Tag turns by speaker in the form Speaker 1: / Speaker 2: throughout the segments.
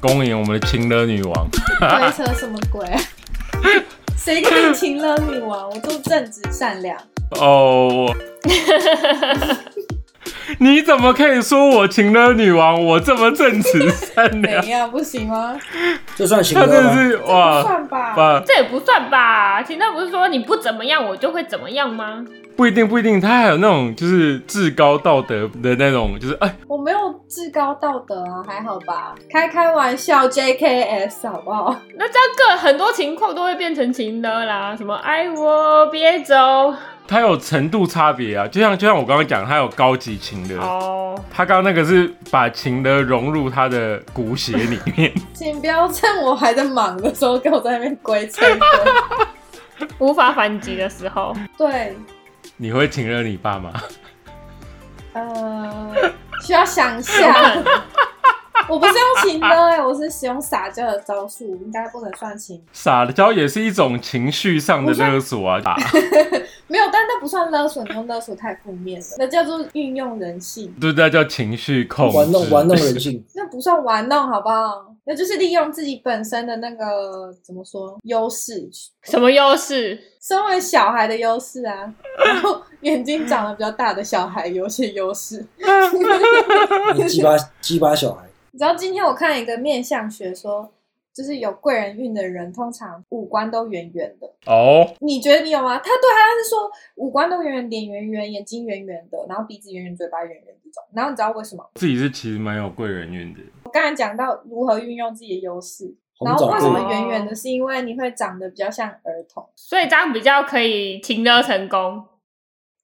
Speaker 1: 恭迎我们的情乐女王。
Speaker 2: 鬼扯什么鬼？啊谁跟你情了女王？我都正直善良。
Speaker 1: 哦，你怎么可以说我情乐女王？我这么正直善良
Speaker 2: 怎，样不行吗？
Speaker 3: 这算情
Speaker 1: 她
Speaker 3: 歌
Speaker 1: 真的
Speaker 3: 吗？
Speaker 1: 是
Speaker 2: 不
Speaker 1: 哇
Speaker 2: 算吧。
Speaker 1: 哇，
Speaker 4: 这也不算吧？秦乐不是说你不怎么样，我就会怎么样吗？
Speaker 1: 不一定不一定，她还有那种就是至高道德的那种，就是哎，
Speaker 2: 我没有至高道德啊，还好吧？开开玩笑，JKS 好不好？
Speaker 4: 那这样个很多情况都会变成情的啦，什么爱我别走
Speaker 1: 她有程度差别啊。就像就像我刚刚讲，她有高级情乐，
Speaker 4: 哦，
Speaker 1: 她刚刚那个是把情乐融入她的骨血里面。
Speaker 2: 请不要趁我还在忙的时候给我在那边鬼 扯一堆。
Speaker 4: 无法反击的时候，
Speaker 2: 对，
Speaker 1: 你会情乐你爸吗？
Speaker 2: 呃，需要想 一下。我不是用情的哎、我是使用撒娇的招数，应该不能算情。
Speaker 1: 撒娇也是一种情绪上的勒索啊！啊
Speaker 2: 没有，但那不算勒索，你用勒索太负面了，那叫做运用人性，
Speaker 1: 对，那叫情绪控制。
Speaker 3: 玩弄玩弄人 性，
Speaker 2: 那不算玩弄，好不好？那就是利用自己本身的那个怎么说优势，
Speaker 4: 什么优势？
Speaker 2: 身为小孩的优势啊，然后眼睛长得比较大的小孩有些优势。
Speaker 3: 你鸡巴鸡巴小孩，
Speaker 2: 你知道今天我看一个面相学说，就是有贵人运的人，通常五官都圆圆的。
Speaker 1: 哦，
Speaker 2: 你觉得你有吗？他对啊他是说五官都圆圆，脸圆圆，眼睛圆圆的，然后鼻子圆圆，嘴巴圆圆这种。然后你知道为什么？
Speaker 1: 自己是其实蛮有贵人运的。
Speaker 2: 我刚才讲到如何运用自己的优势，然
Speaker 3: 红
Speaker 2: 后
Speaker 3: 掌
Speaker 2: 为什
Speaker 3: 柜
Speaker 2: 么圆圆的？是因为你会长得比较像儿童。
Speaker 4: 所以这样比较可以情的成功。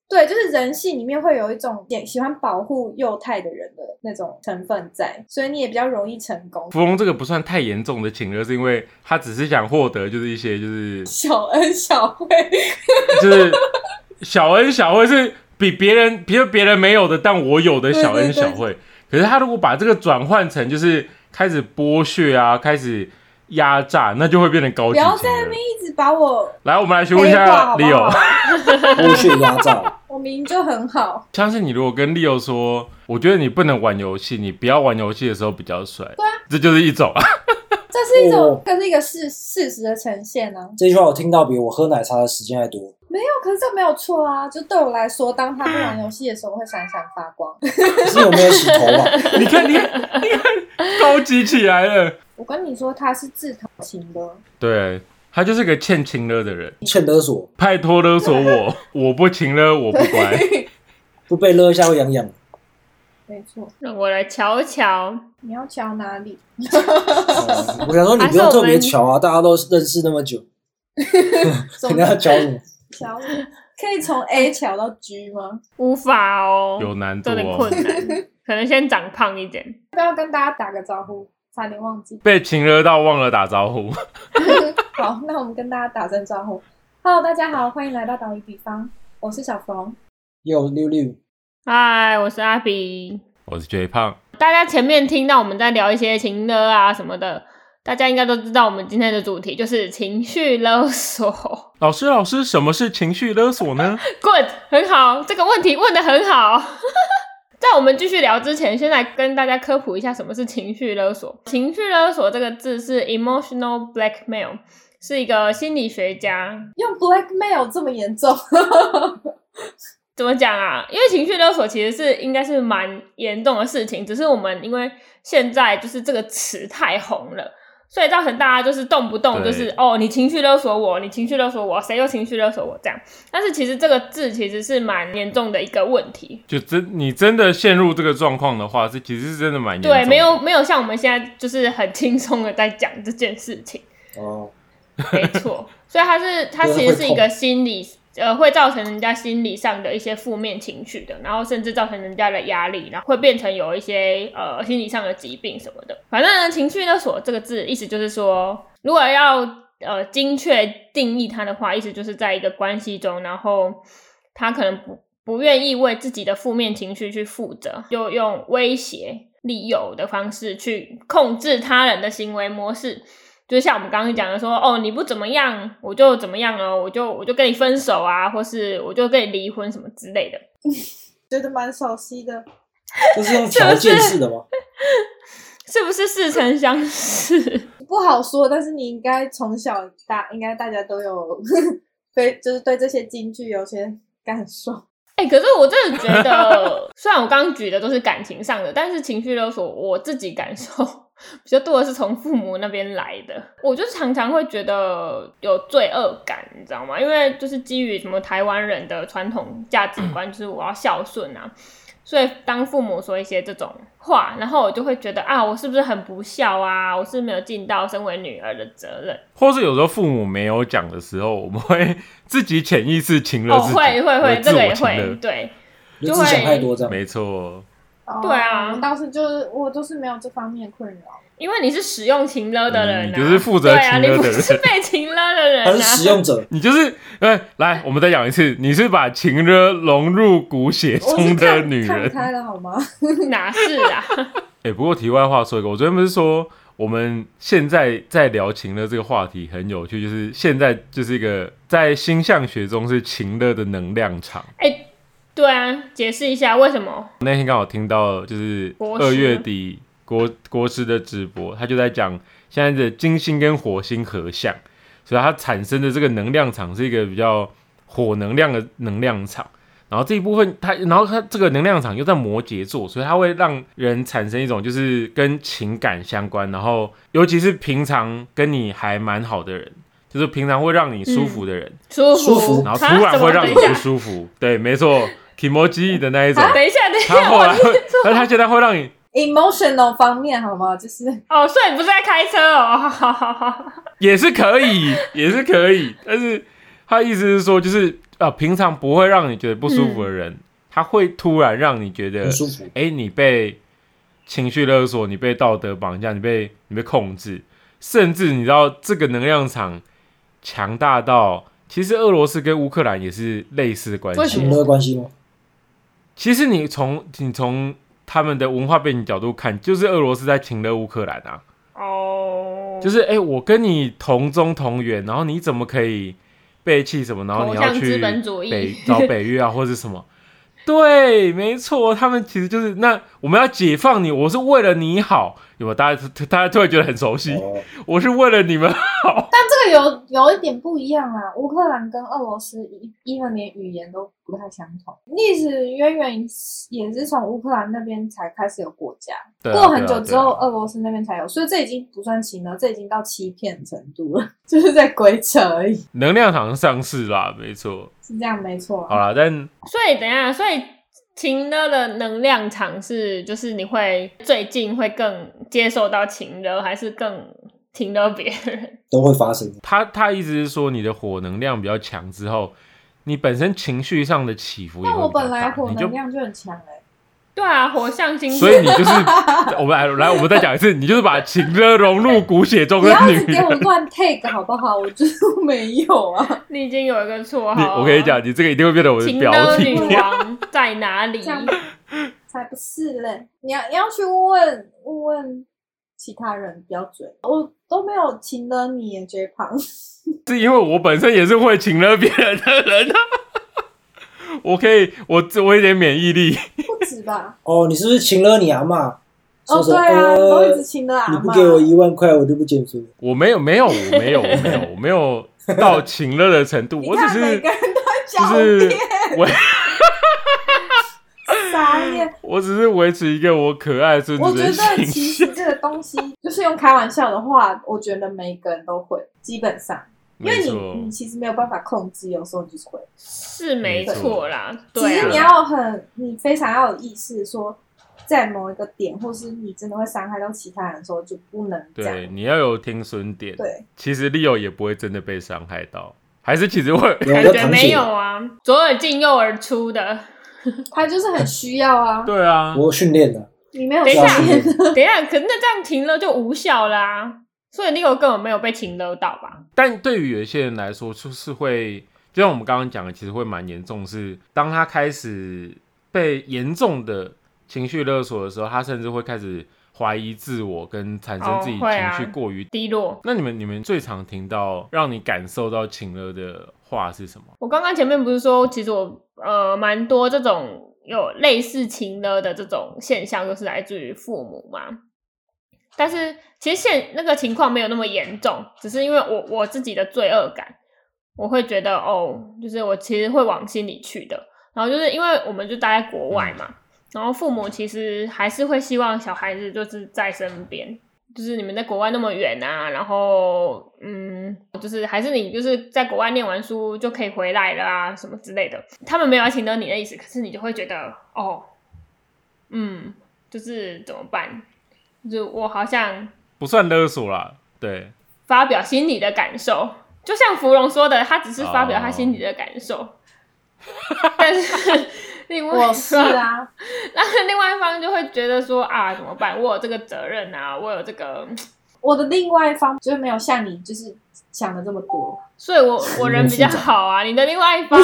Speaker 2: 对，就是人性里面会有一种也喜欢保护幼态的人的那种成分在，所以你也比较容易成功。
Speaker 1: 芙蓉这个不算太严重的情乐，是因为他只是想获得就是一些就是
Speaker 2: 小恩小惠，
Speaker 1: 就是小恩小惠是比别人比如别人没有的，但我有的小恩小惠。可是他如果把这个转换成就是开始剥削啊，开始压榨，那就会变成高
Speaker 2: 不
Speaker 1: 级情
Speaker 2: 要在那
Speaker 1: 乐
Speaker 2: 边。一直 把我
Speaker 1: 来，我们来询问一
Speaker 2: 黑化
Speaker 1: 下
Speaker 2: 好不
Speaker 1: Leo。
Speaker 2: 好？
Speaker 3: 剥削压榨，
Speaker 2: 我明明就很好。
Speaker 1: 相信你，如果跟 Leo 说，我觉得你不能玩游戏，你不要玩游戏的时候比较帅，对啊，这就是一种啊，
Speaker 2: 这是一种
Speaker 3: 哦，
Speaker 2: 这是一个事事实的呈现啊。
Speaker 3: 这句话我听到比我喝奶茶的时间还多。
Speaker 2: 没有，可是这没有错啊。就对我来说，当他不玩游戏的时候，会闪闪发光。
Speaker 3: 你是有没有洗头 啊？
Speaker 1: 你看，你看，你看，高级起来了。
Speaker 2: 我跟你说，他是自讨型的。
Speaker 1: 对他就是个欠情勒的人，
Speaker 3: 欠勒索，
Speaker 1: 拜托勒索 我，我不情勒，我不乖。
Speaker 3: 不被勒一下会痒 痒。
Speaker 2: 没错，
Speaker 4: 让我来瞧瞧，
Speaker 2: 你要瞧哪 里？
Speaker 3: 哦我想说你不用特别瞧啊，大家都认识那么久，
Speaker 2: 总
Speaker 3: 人家瞧你，
Speaker 2: 瞧我可以从 A 瞧到 G 吗？
Speaker 4: 无法哦，
Speaker 1: 有难度
Speaker 4: 有点
Speaker 1: 哦
Speaker 4: 困。难，可能先长胖一点。
Speaker 2: 要不要跟大家打个招呼？差点忘 记。
Speaker 1: 被情勒到忘了打招呼，
Speaker 2: 好，那我们跟大家打声招呼。Hello，大家好，欢迎来到岛屿比方，我是小冯。
Speaker 3: 有六六，
Speaker 4: 嗨，我是阿比。
Speaker 1: 我是 J 胖，
Speaker 4: 大家前面听到我们在聊一些情勒啊什么的，大家应该都知道我们今天的主题就是情绪勒索。
Speaker 1: 老师老师，什么是情绪勒索呢？
Speaker 4: Good，很好，这个问题问的很好。 在我们继续聊之前，先来跟大家科普一下什么是情绪勒索。情绪勒索这个字是 emotional blackmail，是一个心理学家
Speaker 2: 用 blackmail 这么严重？
Speaker 4: 怎么讲啊？因为情绪勒索其实是应该是蛮严重的事情，只是我们因为现在就是这个词太红了，所以造成大家就是动不动
Speaker 1: 对
Speaker 4: 就是哦，你情绪勒索我，你情绪勒索我，谁又情绪勒索我这样。但是其实这个字其实是蛮严重的一个问题，
Speaker 1: 就真你真的陷入这个状况的话，是其实是真的蛮严重的
Speaker 4: 对，没有没有像我们现在就是很轻松的在讲这件事情。
Speaker 3: 哦，
Speaker 4: 没错，所以它是它其实是一个心理，呃，会造成人家心理上的一些负面情绪的，然后甚至造成人家的压力，然后会变成有一些呃心理上的疾病什么的。反正嗯呢，情绪勒索这个字意思就是说，如果要呃精确定义它的话，意思就是在一个关系中，然后他可能不不愿意为自己的负面情绪去负责，就用威胁、利诱的方式去控制他人的行为模式。就像我们刚刚讲的说，哦，你不怎么样，我就怎么样了，我就我就跟你分手啊，或是我就跟你离婚什么之类的。
Speaker 2: 觉得蛮熟悉的。
Speaker 3: 这是用条件式的吗？
Speaker 4: 是不是似曾相识？
Speaker 2: 不好说，但是你应该从小大，应该大家都有 对，就是对这些京剧有些感受。
Speaker 4: 哎、可是我真的觉得， 虽然我刚刚举的都是感情上的，但是情绪勒索，我自己感受比较多的是从父母那边来的。我就常常会觉得有罪恶感，你知道吗？因为就是基于什么台湾人的传统价值
Speaker 1: 嗯
Speaker 4: 观，就是我要孝顺啊。所以当父母说一些这种话，然后我就会觉得啊，我是不是很不孝啊？我是没有尽到身为女儿的责任。
Speaker 1: 或是有时候父母没有讲的时候，我们会自己潜意识情了
Speaker 4: 哦，
Speaker 1: 自己，
Speaker 4: 会会会，
Speaker 1: 自
Speaker 4: 这
Speaker 1: 我
Speaker 4: 个也
Speaker 1: 情
Speaker 4: 会
Speaker 1: 勒，
Speaker 4: 对，
Speaker 3: 你就自己想太多这样。
Speaker 1: 没错，
Speaker 2: 哦
Speaker 4: 对啊
Speaker 2: 我们倒是就是我都是没有这方面困扰。
Speaker 4: 因为你是使用情勒的人、
Speaker 1: 嗯
Speaker 4: 啊
Speaker 1: 你就是负责
Speaker 4: 对啊，
Speaker 1: 情
Speaker 4: 你
Speaker 1: 勒的人
Speaker 4: 不是被情勒的人、
Speaker 3: 他
Speaker 4: 啊，
Speaker 3: 是使用者，
Speaker 1: 你就是哎，来，我们再讲一次，你是把情热融入骨血
Speaker 2: 我是
Speaker 1: 中的
Speaker 2: 看
Speaker 1: 女
Speaker 2: 看
Speaker 1: 人。
Speaker 2: 开了好吗？
Speaker 4: 哪是啊？
Speaker 1: 哎、不过题外话说一个，我昨天不是说我们现在在聊情乐这个话题很有趣，就是现在就是一个在星象学中是情乐的能量场。
Speaker 4: 哎、对啊，解释一下为什么？
Speaker 1: 那天刚好听到就是
Speaker 4: 国师
Speaker 1: 二月底国国师的直播，他就在讲现在的金星跟火星合相，所以它产生的这个能量场是一个比较火能量的能量场。然后这一部分它，然后它这个能量场又在摩羯座，所以它会让人产生一种就是跟情感相关，然后尤其是平常跟你还蛮好的人，就是平常会让你舒服的人，
Speaker 4: 舒
Speaker 3: 舒服
Speaker 1: 然后突然会让你
Speaker 4: 嗯啊什
Speaker 1: 不
Speaker 4: 么
Speaker 1: 舒服。对，没错 k i m o j i 的那一种。
Speaker 4: 啊等一下，等一下，
Speaker 1: 他
Speaker 4: 等
Speaker 1: 后来
Speaker 4: 一下，
Speaker 1: 会，但他现在会让你
Speaker 2: emotional 方面好吗？就是
Speaker 4: 哦，所以你不是在开车哦， 好好好好，
Speaker 1: 也是可以，也是可以，但是他意思是说，就是啊、呃平常不会让你觉得不舒
Speaker 4: 嗯
Speaker 1: 服的人，他会突然让你觉得
Speaker 3: 很，舒服。
Speaker 1: 哎、你被情绪勒索，你被道德绑架，你被你被控制，甚至你知道这个能量场强大到，其实俄罗斯跟乌克兰也是类似的关系
Speaker 4: 为。什
Speaker 3: 情
Speaker 4: 么
Speaker 3: 乐关系吗？
Speaker 1: 其实你从你从他们的文化背景角度看，就是俄罗斯在情勒乌克兰啊。
Speaker 4: 哦，
Speaker 1: 就是哎、欸我跟你同宗同源，然后你怎么可以背弃什么？然后你要
Speaker 4: 投向
Speaker 1: 去
Speaker 4: 资本主义
Speaker 1: 北找北约啊，或者什么？对，没错，他们其实就是那我们要解放你，我是为了你好，有没有？大家大家突然觉得很熟悉，
Speaker 3: 哦，
Speaker 1: 我是为了你们。
Speaker 2: 这个有有一点不一样啊，乌克兰跟俄罗斯一一个连语言都不太相同，历史渊源也是从乌克兰那边才开始有国家，
Speaker 1: 对啊
Speaker 2: 过很久之，
Speaker 1: 对
Speaker 2: 后
Speaker 1: 啊
Speaker 2: 俄罗斯那边才有，所以这已经不算情了，这已经到欺骗程度了， 就是在鬼扯而已，
Speaker 1: 对啊能量场上市啦，没错。
Speaker 2: 是这样没错啊、
Speaker 1: 好啦，但
Speaker 4: 所以等一下，所以情勒的能量场是，就是你会最近会更接受到情勒，还是更情勒别人？
Speaker 3: 都会发生。
Speaker 1: 他他意思是说，你的火能量比较强之后，你本身情绪上的起伏也
Speaker 2: 那
Speaker 1: 会
Speaker 2: 我
Speaker 1: 比较
Speaker 2: 本来
Speaker 1: 大
Speaker 2: 火
Speaker 1: 你就
Speaker 2: 能量就很强哎、
Speaker 4: 对啊，火象星
Speaker 1: 所以你就是我们来来，我们再讲一次，你就是把情歌融入骨血中
Speaker 2: 不
Speaker 1: 的
Speaker 2: 要
Speaker 1: 女
Speaker 2: 只给我
Speaker 1: 人。
Speaker 2: 乱 take 好不好？我就是没有啊，
Speaker 4: 你已经有一个绰
Speaker 1: 你
Speaker 4: 号了，
Speaker 1: 我跟你讲，你这个一定会变成我的
Speaker 4: 情
Speaker 1: 标
Speaker 4: 勒
Speaker 1: 题
Speaker 4: 女。王在哪里？
Speaker 2: 这样
Speaker 1: 嗯
Speaker 2: 才不是嘞！你要你要去问问其他人，不要追我都没有情了你耶，J 胖。
Speaker 1: 是因为我本身也是会情了别人的人、啊， 我可以，我我有点免疫力。
Speaker 2: 不止吧？
Speaker 3: 哦，你是不是情了你阿妈？
Speaker 2: 哦，
Speaker 3: 说什
Speaker 2: 对
Speaker 3: 么
Speaker 2: 啊，
Speaker 3: 呃
Speaker 2: 都一直情了阿
Speaker 3: 你不
Speaker 2: 妈。
Speaker 3: 给我一万块，我就不减肥。
Speaker 1: 我没有，没有，我没有，我没有，我没有到情了的程 度，
Speaker 2: 你
Speaker 1: 我只
Speaker 2: 看每
Speaker 1: 是
Speaker 2: 个人都狡
Speaker 1: 就是
Speaker 2: 辩，
Speaker 1: 我
Speaker 2: 傻眼。
Speaker 1: 我只是维持一个我可爱孙
Speaker 2: 我
Speaker 1: 子
Speaker 2: 觉
Speaker 1: 的
Speaker 2: 得
Speaker 1: 形
Speaker 2: 其
Speaker 1: 象。
Speaker 2: 实这个东西，就是用开玩笑的话，我觉得每个人都会，基本上，因
Speaker 1: 没
Speaker 2: 为你
Speaker 1: 错
Speaker 2: 你，其实没有办法控制，有时候你就是会。
Speaker 4: 是没错啦，
Speaker 2: 只
Speaker 4: 对
Speaker 2: 是
Speaker 4: 啊
Speaker 2: 你，要很，你非常要有意识说。在某一个点，或是你真的会伤害到其他人的时候，就不能这样。
Speaker 1: 对，你要有停损点。
Speaker 2: 对，
Speaker 1: 其实 Leo 也不会真的被伤害到，还是其实会。
Speaker 3: 有
Speaker 4: 感
Speaker 3: 我
Speaker 4: 觉
Speaker 3: 堂
Speaker 4: 没
Speaker 3: 姐
Speaker 4: 有，啊，左耳进右耳出的。
Speaker 2: 他就是很需要啊。
Speaker 1: 对啊，
Speaker 3: 我训练的，
Speaker 2: 你没有
Speaker 4: 等一
Speaker 2: 教
Speaker 4: 下
Speaker 3: 我训练的
Speaker 4: 等一下，可是那这样停了就无效啦、所以 Leo 根本没有被停勒到吧？
Speaker 1: 但对于有一些人来说，就是会，就像我们刚刚讲的，其实会蛮严重是，当他开始被严重的情绪勒索的时候，他甚至会开始怀疑自我，跟产生
Speaker 4: 哦
Speaker 1: 自己
Speaker 4: 会
Speaker 1: 情
Speaker 4: 啊
Speaker 1: 绪过于。
Speaker 4: 低落。
Speaker 1: 那你们你们最常听到让你感受到情勒的话是什么？
Speaker 4: 我刚刚前面不是说，其实我呃蛮多这种有类似情勒的这种现象，就是来自于父母嘛。但是其实现那个情况没有那么严重，只是因为我我自己的罪恶感，我会觉得哦，就是我其实会往心里去的。然后就是因为我们就待在国外嘛，然后父母其实还是会希望小孩子就是在身边，就是你们在国外那么远啊，然后嗯，就是还是你就是在国外念完书就可以回来了啊，什么之类的。他们没有要请得你的意思，可是你就会觉得哦，嗯，就是怎么办？就我好像
Speaker 1: 不算勒索啦，对，
Speaker 4: 发表心里的感受，就像芙蓉说的，他只是发表他心里的感受。但是 另外
Speaker 2: 哦我是啊，
Speaker 4: 那另外一方就会觉得说啊，怎么办？我有这个责任啊，我有这个，
Speaker 2: 我的另外一方就是没有像你就是想的这么多，
Speaker 4: 所以 我我人比较好啊。你的另外一方，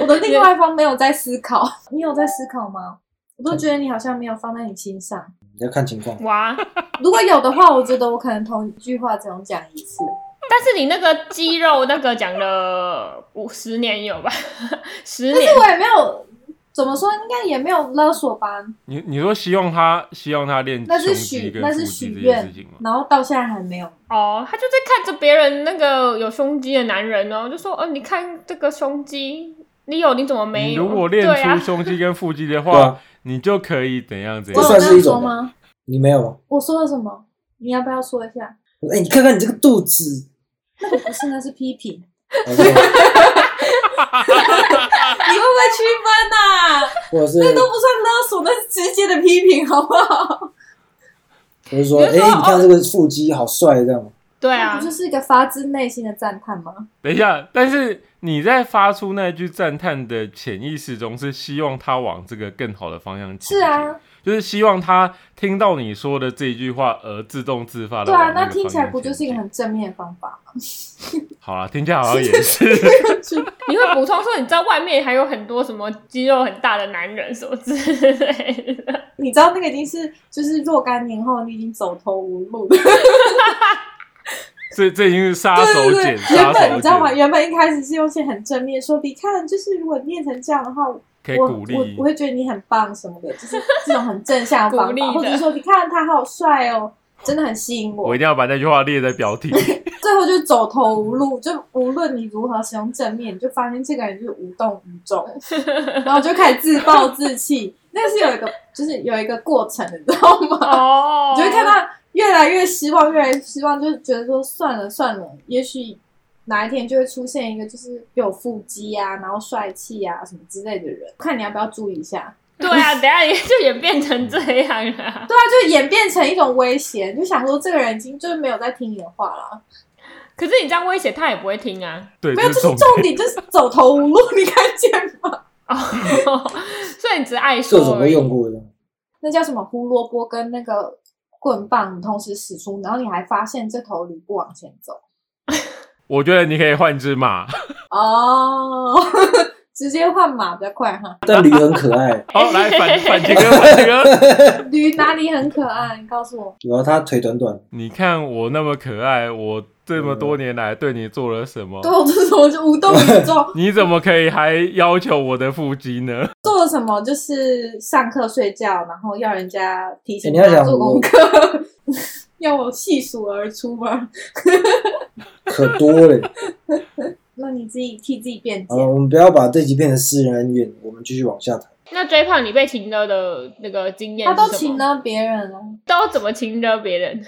Speaker 2: 我的另外一方没有在思考， 你有在思考吗？我都觉得你好像没有放在你心上。
Speaker 3: 你要看情况
Speaker 4: 哇，
Speaker 2: 如果有的话，我觉得我可能同一句话只能讲一次。
Speaker 4: 但是你那个肌肉那个讲了五十年有吧？十年，
Speaker 2: 但是我也没有怎么说，应该也没有勒索吧。
Speaker 1: 你你说希望他希望他练
Speaker 2: 那是
Speaker 1: 胸肌
Speaker 2: 许
Speaker 1: 跟
Speaker 2: 那
Speaker 1: 腹
Speaker 2: 是
Speaker 1: 肌
Speaker 2: 许
Speaker 1: 这件
Speaker 2: 愿
Speaker 1: 事情吗，
Speaker 2: 然后到现在还没有。
Speaker 4: 哦，他就在看着别人那个有胸肌的男人哦，就说哦，你看这个胸肌，你有你怎么没
Speaker 1: 你
Speaker 4: 有？
Speaker 1: 如果练
Speaker 4: 对啊
Speaker 1: 出，胸肌跟腹肌的
Speaker 3: 对
Speaker 1: 话
Speaker 3: 啊，，
Speaker 1: 你就可以怎样怎
Speaker 2: 我
Speaker 3: 这
Speaker 1: 样。
Speaker 2: 有这
Speaker 3: 算是
Speaker 2: 样
Speaker 3: 一种
Speaker 2: 哦说吗？
Speaker 3: 你没有吗？啊
Speaker 2: 我说了什么？你要不要说一下？
Speaker 3: 哎、你看看你这个肚子，
Speaker 2: 那个不是，那是批评。
Speaker 3: 然 后就
Speaker 2: 你会不会区分呐、
Speaker 3: 或者是
Speaker 2: 那都不算勒索，那是直接的批评，好不好？
Speaker 3: 我就说，哎、
Speaker 4: 你就说
Speaker 3: 你看这个腹肌好帅，这样。
Speaker 4: 对
Speaker 2: 那
Speaker 4: 啊
Speaker 2: 不，就是一个发自内心的赞叹吗？
Speaker 1: 等一下，但是你在发出那句赞叹的潜意识中，是希望他往这个更好的方向前进。
Speaker 2: 是，啊，
Speaker 1: 就是希望他听到你说的这一句话而自动自发的。
Speaker 2: 对啊，那听起来不就是一个很正面的方法吗？
Speaker 1: 好了？听起来好像也是。
Speaker 4: 你会补充说，你知道外面还有很多什么肌肉很大的男人什么之类 的。
Speaker 2: 你知道那个已经是就是若干年后，你已经走投无路 了。
Speaker 1: 这这已经是杀手
Speaker 2: 对对
Speaker 1: 锏，
Speaker 2: 对，
Speaker 1: 杀
Speaker 2: 原本
Speaker 1: 手
Speaker 2: 你知道吗？
Speaker 1: 锏，
Speaker 2: 原本一开始是用些很正面说，你看，就是如果练成这样的话，我
Speaker 1: 可以
Speaker 2: 我
Speaker 1: 鼓
Speaker 2: 我
Speaker 1: 励
Speaker 2: 我。会觉得你很棒什么的，就是这种很正向的方
Speaker 4: 鼓励
Speaker 2: 法，
Speaker 4: 的
Speaker 2: 或者说你看他好帅哦，真的很吸引我
Speaker 1: 我一。定要把那句话列在标 题。
Speaker 2: 最后就是走投无路，就无论你如何使用正面，你就发现这个人就是无动于 衷，然后就开始自暴自弃。那是有一个，就是有一个过程，你知道吗？
Speaker 4: 哦，
Speaker 2: 你就会看到越来越失望，越来越失望，就是觉得说算了算了，也许哪一天就会出现一个就是有腹肌啊，然后帅气啊什么之类的人，看你要不要注意一下。
Speaker 4: 对啊，等一下也 就也变成这样了啊。
Speaker 2: 对啊，就演变成一种威胁，你就想说这个人已经就是没有在听你的话了，
Speaker 4: 可是你这样威胁他也不会听啊，
Speaker 1: 对，
Speaker 2: 没有，
Speaker 1: 这
Speaker 2: 就是是
Speaker 1: 重
Speaker 2: 重点就是走投无路，你看见吗？
Speaker 4: 哦 所以你只爱
Speaker 3: 各种
Speaker 4: 说
Speaker 3: 都
Speaker 4: 而已。
Speaker 3: 用过的，
Speaker 2: 那叫什么胡萝卜跟那个棍棒同时使出，然后你还发现这头驴不往前走
Speaker 1: 我觉得你可以换只马。
Speaker 2: 哦， 直接换马比较快哈。
Speaker 3: 但驴很可爱，
Speaker 1: 好，来反反杰哥， 反杰哥，
Speaker 2: 驴哪里很可爱？你告诉我，
Speaker 3: 然后它啊腿短短，
Speaker 1: 你看我那么可爱，我这么多年来对你做了什么，
Speaker 2: 对？我这种就无动于衷
Speaker 1: 你怎么可以还要求我的腹肌呢？
Speaker 2: 做了什么就是上课睡觉，然后要人家提醒
Speaker 3: 欸你要
Speaker 2: 他
Speaker 3: 讲
Speaker 2: 做功课， 要我细数而出吗？
Speaker 3: 可多了。
Speaker 2: 那你自己替自己辩解
Speaker 3: 好。了，
Speaker 1: 哦
Speaker 3: 我们不要把这集变成私人恩怨，我们继续往下谈。
Speaker 4: 那 J 胖你被情勒的那个经验
Speaker 2: 他
Speaker 4: 是什
Speaker 2: 都
Speaker 4: 么，
Speaker 2: 请了别人哦了，
Speaker 4: 都怎么情勒别人？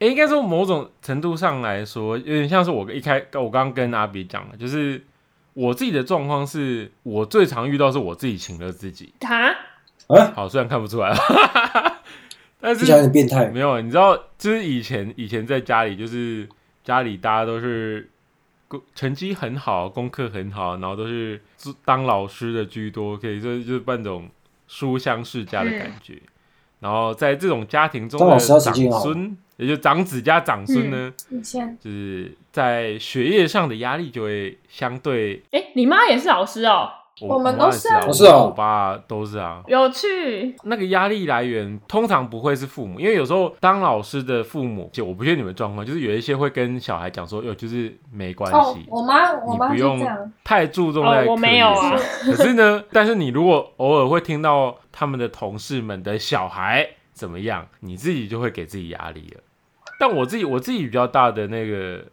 Speaker 1: 诶应该说某种程度上来说，有点像是我一开我刚刚跟阿比讲的，就是我自己的状况是，我最常遇到是我自己请了自己。
Speaker 4: 哈，
Speaker 3: 啊嗯
Speaker 1: 好，虽然看不出来，啊 但
Speaker 3: 听起来有
Speaker 1: 是
Speaker 3: 点变态
Speaker 1: 没，有，你知道，就是以前以前在家里，就是家里大家都是功成绩很好，功课很好，然后都是做当老师的居多，可以就是就是办这种书香世家的感觉。然后在这种家庭中
Speaker 3: 当老
Speaker 1: 的
Speaker 3: 师要
Speaker 1: 长
Speaker 3: 成绩好
Speaker 1: 孙，也就长子加长孙呢，
Speaker 2: 以前
Speaker 1: 就是在学业上的压力就会相对
Speaker 4: 哎、你妈也是老师哦，
Speaker 2: 我们都是啊
Speaker 1: 我
Speaker 3: 是啊
Speaker 1: 我爸都是啊。
Speaker 4: 有趣，
Speaker 1: 那个压力来源通常不会是父母，因为有时候当老师的父母，就我不确定你们状况，就是有一些会跟小孩讲说，哟，就是没关
Speaker 2: 哦
Speaker 1: 系，，
Speaker 2: 我妈我
Speaker 1: 你
Speaker 2: 妈
Speaker 1: 不
Speaker 2: 是这
Speaker 1: 用
Speaker 2: 样，
Speaker 1: 太注重在、
Speaker 4: 哦我没有啊。
Speaker 1: 可是呢，但是你如果偶尔会听到他们的同事们的小孩怎么样，你自己就会给自己压力了。但我自己我自己比较大的那个，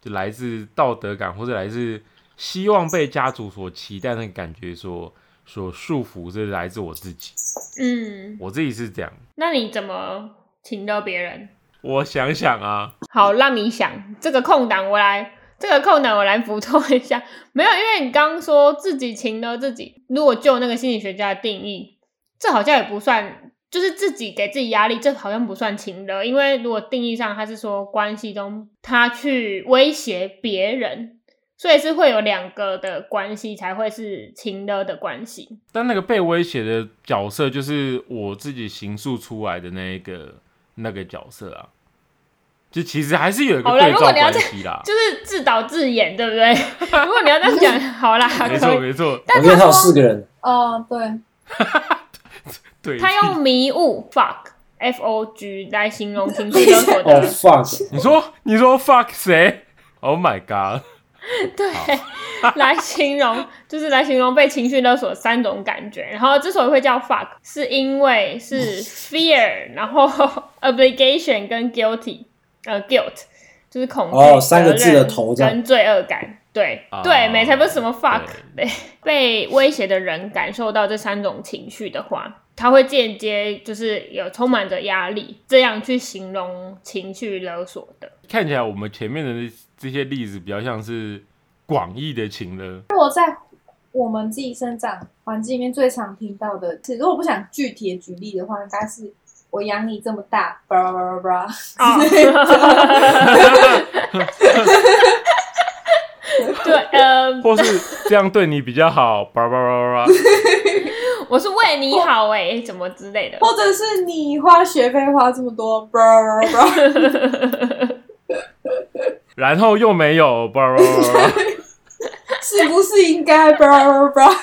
Speaker 1: 就来自道德感或者来自希望被家族所期待那个感觉所所束缚，是来自我自己。
Speaker 4: 嗯，
Speaker 1: 我自己是这样，
Speaker 4: 那你怎么请到别人？
Speaker 1: 我想想啊，
Speaker 4: 好，让你想这个空档，我来这个空档我来补充一下。 没有，因为你刚刚说自己情了自己，如果就那个心理学家的定义，这好像也不算，就是自己给自己压力，这好像不算情了。因为如果定义上他是说关系中他去威胁别人，所以是会有两个的关系才会是情了的关系。
Speaker 1: 但那个被威胁的角色就是我自己形塑出来的那一个那个角色啊，就其实还是有一个
Speaker 4: 好啦
Speaker 1: 对
Speaker 4: 如
Speaker 1: 照
Speaker 4: 果你要
Speaker 1: 关系啦。
Speaker 4: 就是自导自演，对不对？如果你要这样讲，好啦，
Speaker 1: 没
Speaker 4: 可
Speaker 1: 错
Speaker 4: 以
Speaker 1: 没错，
Speaker 3: 我觉得他有四个人，
Speaker 2: 哦，对，
Speaker 1: 对。
Speaker 4: 他用迷雾 fuck f o g 来形容情绪勒索
Speaker 3: 哦
Speaker 4: 的，
Speaker 3: fuck，
Speaker 1: 你说你说 fuck 谁？Oh my god！
Speaker 4: 对， 来形容就是来形容被情绪勒索三种感觉。然后之所以会叫 fuck，是因 为是 fear，然后 obligation 跟 guilty，呃 guilt 就是恐惧、
Speaker 3: 哦三个字
Speaker 4: 责
Speaker 3: 的
Speaker 4: 任
Speaker 3: 头这样哦
Speaker 4: 跟罪恶感。对、
Speaker 1: 啊
Speaker 4: 对，没才不是什么 fuck
Speaker 1: 对
Speaker 4: 对，被威胁的人感受到这三种情绪的话，他会间接就是有充满着压力，这样去形容情绪勒索的。
Speaker 1: 看起来我们前面的这些例子比较像是广义的情了，
Speaker 2: 我们自己生长环境里面最常听到的是，如果不想具体的举例的话，应该是我养你这么大，巴拉巴拉巴 拉，
Speaker 4: 哦， 对，呃，
Speaker 1: 或是这样对你比较好，叭叭叭叭叭。
Speaker 4: 我是为你好哎、怎么之类的。
Speaker 2: 或者是你花学费花这么多，巴拉巴拉巴拉，
Speaker 1: 然后又没有叭叭叭叭叭。
Speaker 2: 是不是应该巴拉巴拉巴拉？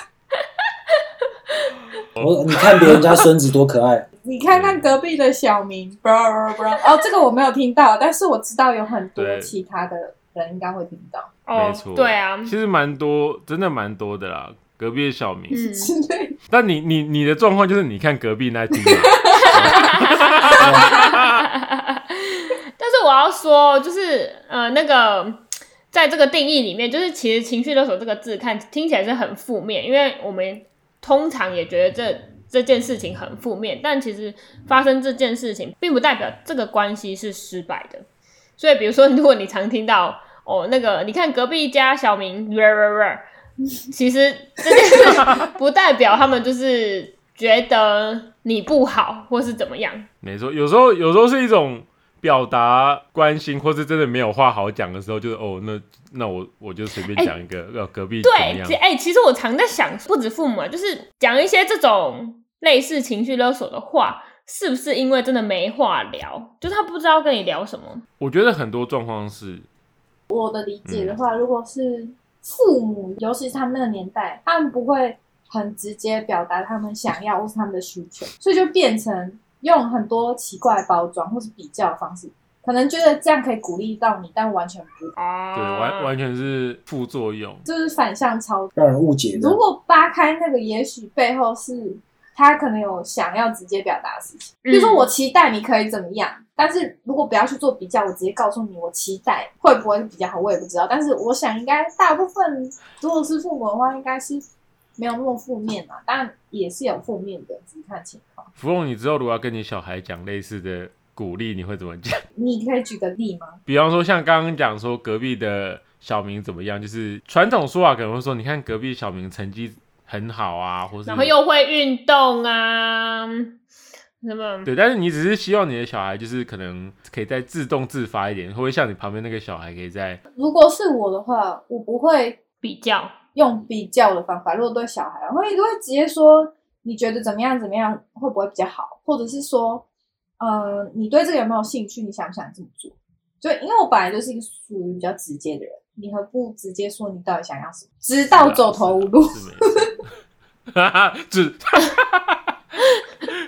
Speaker 3: 我你看别人家孙子多可爱，
Speaker 2: 你看看隔壁的小明，巴拉巴拉巴拉。哦，这个我没有听到，但是我知道有很多
Speaker 1: 对
Speaker 2: 其他的人应该会听到
Speaker 4: 哦
Speaker 1: 没错，
Speaker 4: 对啊，
Speaker 1: 其实蛮多，真的蛮多的啦。隔壁的小明，
Speaker 4: 嗯，
Speaker 2: 之类的。
Speaker 1: 但你你你的状况就是你看隔壁那群 嘛，
Speaker 4: 但是我要说，就是呃，那个在这个定义里面，就是其实“情绪勒索”这个字看听起来是很负面，因为我们通常也觉得这这件事情很负面，但其实发生这件事情，并不代表这个关系是失败的。所以，比如说，如果你常听到哦，那个你看隔壁家小明， 其实这件事不代表他们就是觉得你不好或是怎么样，
Speaker 1: 没错。有时候有时候是一种表达关心，或是真的没有话好讲的时候，就是哦，那那我我就随便讲一个，呃、隔壁怎么
Speaker 4: 哎对，
Speaker 1: 样
Speaker 4: 其？哎、其实我常在想，不止父母啊，就是讲一些这种类似情绪勒索的话，是不是因为真的没话聊，就是他不知道跟你聊什么？
Speaker 1: 我觉得很多状况是，
Speaker 2: 我的理解的话，如果是父母，尤其是他们那个年代，他们不会很直接表达他们想要或是他们的需求，所以就变成用很多奇怪的包装或是比较的方式，可能觉得这样可以鼓励到你，但完全不，
Speaker 4: 啊
Speaker 1: 对，完完全是副作用。
Speaker 2: 就是反向操作。
Speaker 3: 让人误解的
Speaker 2: 如。果扒开那个，也许背后是他可能有想要直接表达的事情，比如说
Speaker 4: 嗯
Speaker 2: 我期待你可以怎么样。但是如果不要去做比较，我直接告诉你，我期待会不会比较好，我也不知道。但是我想，应该大部分如果是父母的话，应该是没有那么负面嘛，当然也是有负面的，只是看情况。
Speaker 1: 芙蓉，你之后如果要跟你小孩讲类似的鼓励，你会怎么讲？
Speaker 2: 你可以举个例吗？
Speaker 1: 比方说，像刚刚讲说隔壁的小明怎么样，就是传统说法可能会说，你看隔壁小明成绩很好啊，或是
Speaker 4: 然后又会运动啊，什么？
Speaker 1: 对，但是你只是希望你的小孩就是可能可以再自动自发一点，会不会像你旁边那个小孩可以在
Speaker 2: 如果是我的话，我不会
Speaker 4: 比较，
Speaker 2: 用比较的方法，如果对小孩，我会都会直接说你觉得怎么样怎么样会不会比较好，或者是说，呃，你对这个有没有兴趣？你想不想这么做？就因为我本来就是一个属于比较直接的人，你何不直接说你到底想要什么，直到走投无路？
Speaker 1: 是没错哈哈， 只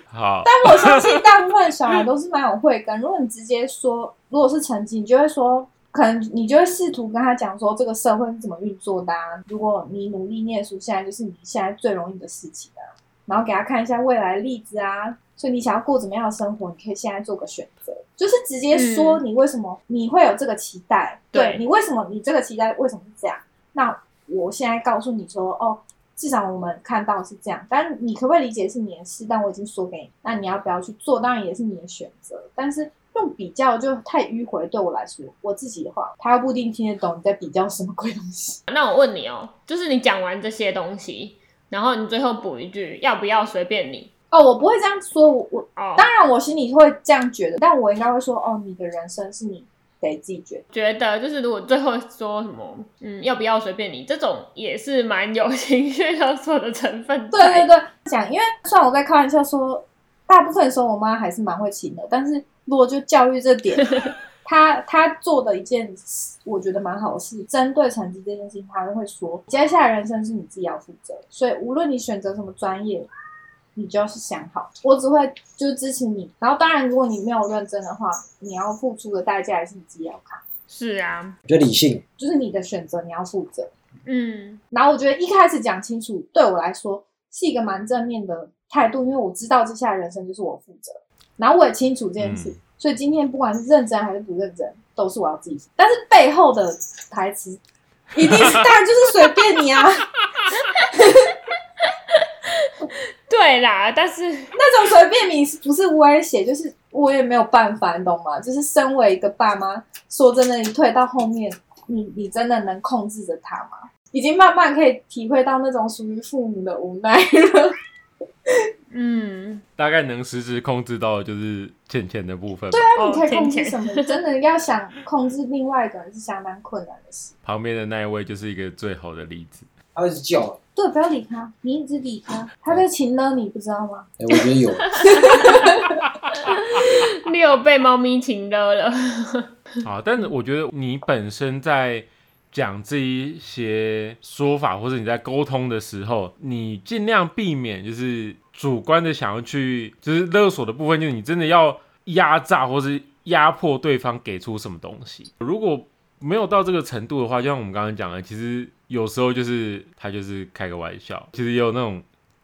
Speaker 1: 好，
Speaker 2: 但我相信大部分小孩都是蛮有慧根。如果你直接说，如果是成绩，你就会说，可能你就会试图跟他讲说这个社会是怎么运作的、啊。如果你努力念书，现在就是你现在最容易的事情啊。然后给他看一下未来的例子啊，所以你想要过怎么样的生活，你可以现在做个选择，就是直接说你为什么你会有这个期待，对你为什么你这个期待为什么是这样？那我现在告诉你说，哦。至少我们看到是这样，但你可不可以理解是你的事？但我已经说给你，那你要不要去做，当然也是你的选择。但是用比较就太迂回，对我来说，我自己的话，他又不一定听得懂你在比较什么鬼东西。
Speaker 4: 那我问你哦，就是你讲完这些东西，然后你最后补一句，要不要随便你？
Speaker 2: 哦，我不会这样说，我我、
Speaker 4: 哦、
Speaker 2: 当然我心里会这样觉得，但我应该会说，哦，你的人生是你。得自己觉
Speaker 4: 觉得就是，如果最后说什么，嗯，要不要随便你，这种也是蛮有 情绪勒索的成分。
Speaker 2: 对对对，讲，因为虽然我在开玩笑说，大部分时候我妈还是蛮会请的，但是如果就教育这点，她她做的一件我觉得蛮好事，针对成绩这件事情，她会说，接下来人生是你自己要负责，所以无论你选择什么专业。你就是想好，我只会就是支持你。然后当然，如果你没有认真的话，你要付出的代价也是你自己要扛。
Speaker 4: 是啊，
Speaker 3: 我觉得理性
Speaker 2: 就是你的选择，你要负责。
Speaker 4: 嗯，
Speaker 2: 然后我觉得一开始讲清楚，对我来说是一个蛮正面的态度，因为我知道接下来人生就是我负责，然后我也清楚这件事，
Speaker 1: 嗯、
Speaker 2: 所以今天不管是认真还是不认真，都是我要自己。但是背后的台词一定是，当然就是随便你啊。
Speaker 4: 对啦，但是
Speaker 2: 那种随便你不是威胁，就是我也没有办法，你懂吗？就是身为一个爸妈，说真的，你退到后面，你你真的能控制着他吗？已经慢慢可以体会到那种属于父母的无奈了。
Speaker 4: 嗯，
Speaker 1: 大概能实质控制到的就是浅浅的部分。
Speaker 2: 对啊，
Speaker 4: 哦
Speaker 2: 你可以控制
Speaker 4: 天
Speaker 2: 什
Speaker 4: 谴
Speaker 2: 么？你真的要想控制另外一个人是相当困难的事。
Speaker 1: 旁边的那一位就是一个最好的例子。
Speaker 3: 他会一直叫。
Speaker 2: 对，不要理他，你一直理他，他在勤了你，不知道吗？
Speaker 3: 哎、我觉得 有，
Speaker 4: 六被猫咪情勒了。
Speaker 1: 好，但是我觉得你本身在讲这一些说法，或者你在沟通的时候，你尽量避免就是主观的想要去，就是勒索的部分，就是你真的要压榨或是压迫对方给出什么东西。如果没有到这个程度的话，就像我们刚刚讲的，其实有时候就是他就是开个玩笑，其实也有那种。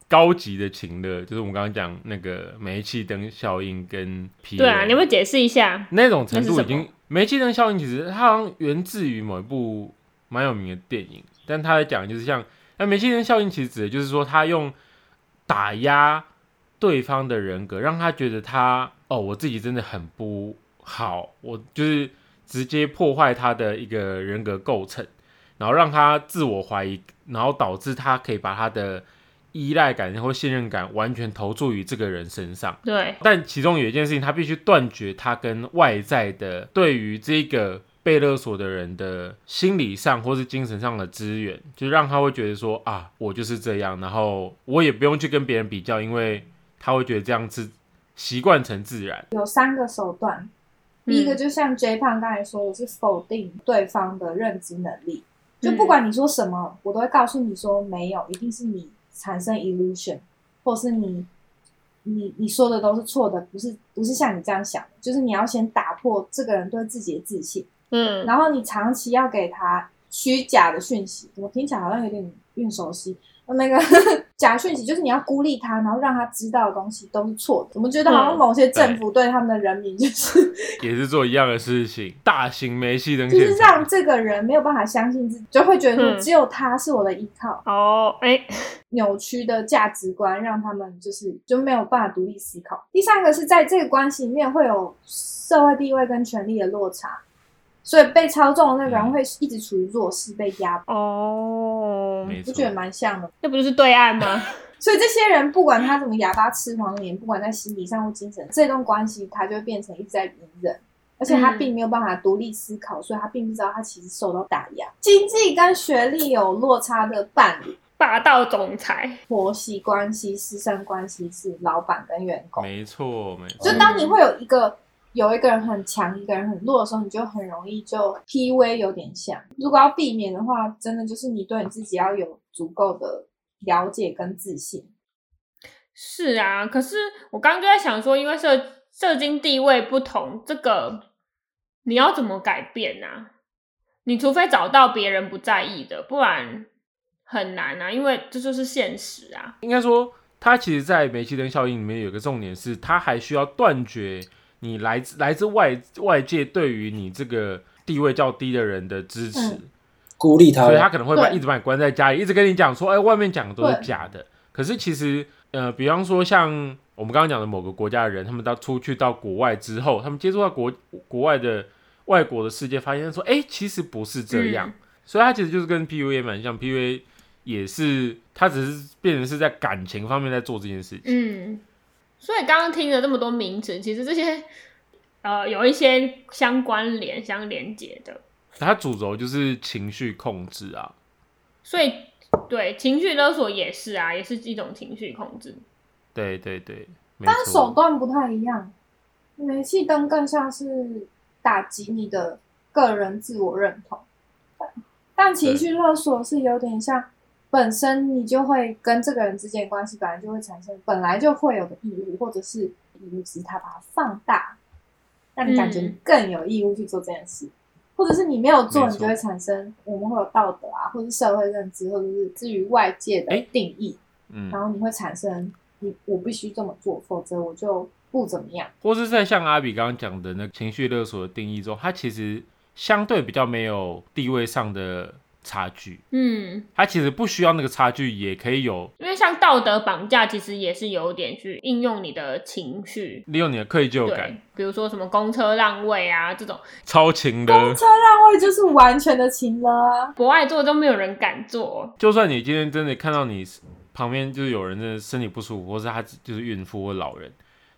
Speaker 1: 高级的情勒，就是我们刚刚讲那个煤气灯效应跟 P。
Speaker 4: 对啊，你会解释一下？
Speaker 1: 那种程度已
Speaker 4: 那是什
Speaker 1: 经《煤气灯效应》，其实它好像源自于某一部蛮有名的电影，但它在讲的就是像那《煤气灯效应》，其实指的就是说他用打压对方的人格，让他觉得他哦，我自己真的很不好，我就是直接破坏他的一个人格构成，然后让他自我怀疑，然后导致他可以把他的依赖感或信任感完全投注于这个人身上。
Speaker 4: 对，
Speaker 1: 但其中有一件事情，他必须断绝他跟外在的对于这个被勒索的人的心理上或是精神上的资源，就让他会觉得说啊，我就是这样，然后我也不用去跟别人比较，因为他会觉得这样是习惯成自 然。
Speaker 2: 有三个手段，
Speaker 4: 嗯
Speaker 2: 第一个就像 J 胖刚才说的，是否定对方的认知能力，就不管你说什么，我都会告诉你说没有，一定是你产生 illusion，或是你你你说的都是错的，不是不是像你这样想的，就是你要先打破这个人对自己的自信，
Speaker 4: 嗯，
Speaker 2: 然后你长期要给他虚假的讯息，我听起来好像有点运熟悉。那个 假讯息就是你要孤立他，然后让他知道的东西都是错的。我们觉得好像某些政府对他们的人民就是、
Speaker 1: 也是做一样的事情，大型煤气灯
Speaker 2: 就
Speaker 1: 现
Speaker 2: 是让
Speaker 1: 场。
Speaker 2: 这个人没有办法相信自己，就会觉得
Speaker 4: 嗯
Speaker 2: 说只有他是我的依靠。
Speaker 4: 哦，哎，
Speaker 2: 扭曲的价值观让他们就是就没有办法独立思考。第三个是在这个关系里面会有社会地位跟权力的落差，所以被操纵的那个人
Speaker 1: 嗯
Speaker 2: 会一直处于弱势，被压迫。
Speaker 4: 哦，
Speaker 1: 没
Speaker 2: 我
Speaker 1: 错
Speaker 2: 觉，得蛮像的。
Speaker 4: 那不就是对 岸吗？
Speaker 2: 所以这些人不管他怎么哑巴吃黄连，不管在心理上或精神，这段关系他就会变成一直在隐忍，而且他并没有办法独立思考，所以他并不知道他其实受到打压。经济跟学历有落差的伴侣，
Speaker 4: 霸道总裁，
Speaker 2: 婆媳关系、师生关系是老板跟员工。
Speaker 1: 没错，没错
Speaker 2: 就。当你会有一个有一个人很强，一个人很弱的时候，你就很容易就 P V 有点像。如果要避免的话，真的就是你对你自己要有足够的了解跟自信。
Speaker 4: 是啊，可是我刚刚就在想说，因为社社经地位不同，这个你要怎么改变呢、啊？你除非找到别人不在意的，不然很难啊，因为这就是现实啊。
Speaker 1: 应该说，它其实，在煤气灯效应里面有个重点是，它还需要断绝你来自来自外外界对于你这个地位较低的人的支持，
Speaker 2: 嗯
Speaker 3: 孤立他
Speaker 1: 所以他
Speaker 3: 们，
Speaker 1: 可能会把
Speaker 2: 对
Speaker 1: 一直把你关在家里，一直跟你讲说，哎、外面讲的都是
Speaker 2: 对
Speaker 1: 假的。可是其实，呃，比方说像我们刚刚讲的某个国家的人，他们到出去到国外之后，他们接触到国国外的外国的世界，发现说，哎、其实不是这样。
Speaker 4: 嗯
Speaker 1: 所以他其实就是跟 PUA 蛮像，PUA 也是他只是变成是在感情方面在做这件事情。
Speaker 4: 嗯，所以刚刚听了这么多名词，其实这些呃有一些相关联、相连接的，
Speaker 1: 他主轴就是情绪控制啊，
Speaker 4: 所以对情绪勒索也是啊，也是一种情绪控制。
Speaker 1: 对对对，没
Speaker 2: 但手
Speaker 1: 错，
Speaker 2: 段不太一样，煤气灯更像是打击你的个人自我认同，但但情绪勒索是有点像本身你就会跟这个人之间的关系本来就会产生本来就会有的义务，或者是义务只是他把它放大，让你感觉你更有义务去做这件事。或者是你没有
Speaker 1: 没
Speaker 2: 做，你
Speaker 1: 错
Speaker 2: 就会产生我们会有道德啊，或者是社会认知，或者是至于外界的
Speaker 1: 哎
Speaker 2: 定义。
Speaker 1: 嗯，
Speaker 2: 然后你会产生你我必须这么做，否则我就不怎么样。
Speaker 1: 或是在像阿比刚刚讲的那个情绪勒索的定义中，它其实相对比较没有地位上的差距，
Speaker 4: 嗯，
Speaker 1: 它其实不需要那个差距也可以有
Speaker 4: 因为像道德绑架，其实也是有点去应用你的情绪。
Speaker 1: 利用你的愧疚
Speaker 4: 对
Speaker 1: 感，，
Speaker 4: 比如说什么公车让位啊这种，
Speaker 1: 超情的。
Speaker 2: 那位啊就是完全的情了啊！
Speaker 4: 不爱做都没有人敢做。
Speaker 1: 就算你今天真的看到你旁边就是有人真的身体不舒服，或是他就是孕妇或老人，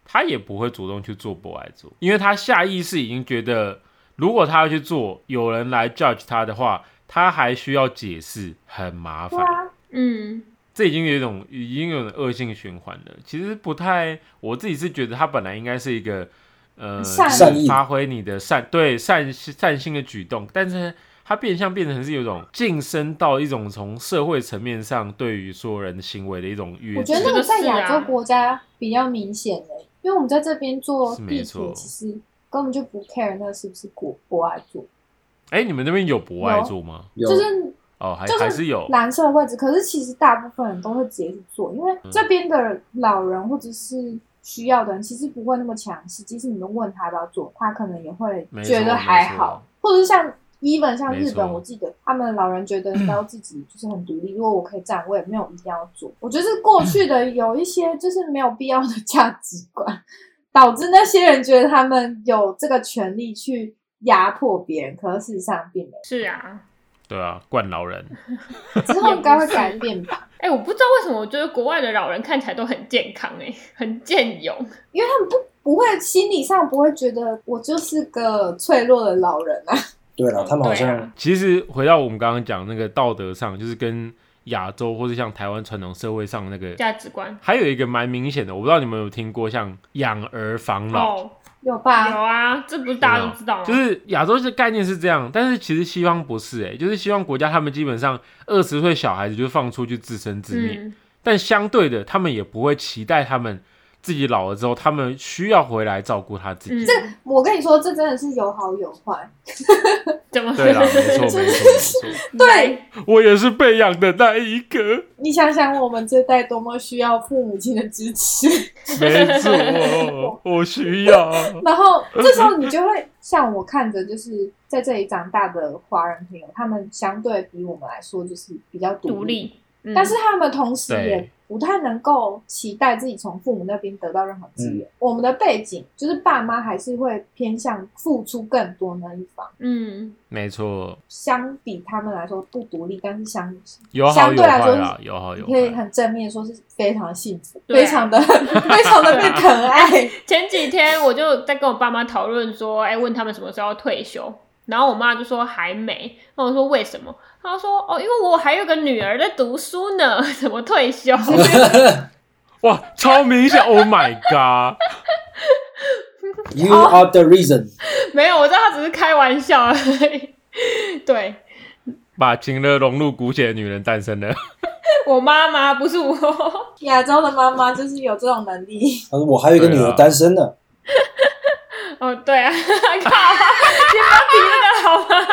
Speaker 1: 他也不会主动去做博爱做，因为他下意识已经觉得，如果他要去做，有人来 judge 他的话，他还需要解释，很麻
Speaker 2: 对
Speaker 1: 烦。
Speaker 2: 啊，
Speaker 4: 嗯，
Speaker 1: 这已经有一种已经有种恶性循环了。其实不太，我自己是觉得它本来应该是一个呃
Speaker 2: 善
Speaker 1: 就是
Speaker 3: 善意
Speaker 1: 发挥你的善对善善心的举动，但是它变相变成是有一种晋升到一种从社会层面上对于所有人的行为的一种约
Speaker 2: 我
Speaker 1: 制
Speaker 2: 觉得。那个在
Speaker 4: 这个是啊
Speaker 2: 亚洲国家比较明显的、因为我们在这边做
Speaker 1: 是没
Speaker 2: 地
Speaker 1: 错
Speaker 2: 图，其实根本就不 care 那是不是国国外做，
Speaker 1: 哎，你们那边有博爱做吗？
Speaker 3: 有
Speaker 2: 就是
Speaker 1: 哦，还
Speaker 2: 就是
Speaker 1: 还是有，
Speaker 2: 蓝色的位置。可是其实大部分人都会直接去做，因
Speaker 1: 嗯
Speaker 2: 为这边的老人或者是。需要的人其实不会那么强势，即使你们问他要不要做，他可能也会
Speaker 1: 没错
Speaker 2: 觉得还好。。或者是像 even 像日
Speaker 1: 没
Speaker 2: 本，
Speaker 1: 错
Speaker 2: 我记得他们老人觉得要自己就是很独立，如果我可以站，我也没有一定要做。我觉得是过去的有一些就是没有必要的价值观，导致那些人觉得他们有这个权利去压迫别人，可是事实上并没
Speaker 4: 是啊，
Speaker 1: 没错对啊，惯老人。
Speaker 2: 有。之后应该会改变吧，
Speaker 4: 哎、我不知道为什么，我觉得国外的老人看起来都很健康、哎，很健勇。
Speaker 2: 因为他们不不会心理上不会觉得我就是个脆弱的老人啊。
Speaker 3: 对了，他们好
Speaker 4: 对
Speaker 3: 像
Speaker 4: 啊
Speaker 1: 其实回到我们刚刚讲那个道德上，就是跟亚洲或是像台湾传统社会上那个
Speaker 4: 价值观。
Speaker 1: 还有一个蛮明显的，我不知道你们有听过，像养儿防老，
Speaker 4: 哦，
Speaker 2: 有
Speaker 4: 有
Speaker 2: 吧？
Speaker 4: 啊，这不是大家都知道吗？
Speaker 1: 就是亚洲这概念是这样，但是其实西方不是、欸，就是西方国家他们基本上二十岁小孩子就放出去自生自灭，
Speaker 4: 嗯，
Speaker 1: 但相对的，他们也不会期待他们自己老了之后，他们需要回来照顾他自己。
Speaker 4: 嗯
Speaker 2: 我跟你说，这真的是有好有坏。
Speaker 4: 怎么
Speaker 1: 对啦，没错没错没错，
Speaker 4: 对，
Speaker 1: 我也是被养的那一个，
Speaker 2: 你想想，我们这代多么需要父母亲的支 持。
Speaker 1: 没错，我需要。
Speaker 2: 然后这时候你就会像我看着，就是在这里长大的华人朋友，他们相对比我们来说就是比较独立，
Speaker 4: 独立。嗯
Speaker 2: 但是他们同时
Speaker 1: 对
Speaker 2: 也不太能够期待自己从父母那边得到任何资源。我们的背景就是爸妈还是会偏向付出更多那一方，
Speaker 4: 嗯，
Speaker 1: 没错，
Speaker 2: 相比他们来说不独立，但是相
Speaker 1: 有好
Speaker 2: 相
Speaker 1: 有
Speaker 2: 对来
Speaker 1: 坏
Speaker 2: 说
Speaker 1: 啦，有好
Speaker 2: 你
Speaker 1: 哦有
Speaker 2: 可以
Speaker 1: 坏。
Speaker 2: 很正面说是非常幸福，
Speaker 4: 对啊
Speaker 2: 非常的 非常的被疼 爱。
Speaker 4: 前几天我就在跟我爸妈讨论说，哎、问他们什么时候要退休，然后我妈就说还没，那我说为什么？她说哦，因为我还有个女儿在读书呢， 怎么 退休？
Speaker 1: 哇，超明显！Oh my god！
Speaker 3: You
Speaker 1: Oh.
Speaker 3: are the reason。
Speaker 4: 没有，我知道她只是开玩笑而已。对，
Speaker 1: 把情乐融入骨血的女人诞生了。
Speaker 4: 我妈妈不是我，
Speaker 2: 亚洲的妈妈就是有这种能力。
Speaker 3: 他说我还有一个女
Speaker 1: 对
Speaker 3: 儿
Speaker 1: 啊
Speaker 3: 单身呢，
Speaker 4: 哦，对啊，靠， 你不要提这个好吗？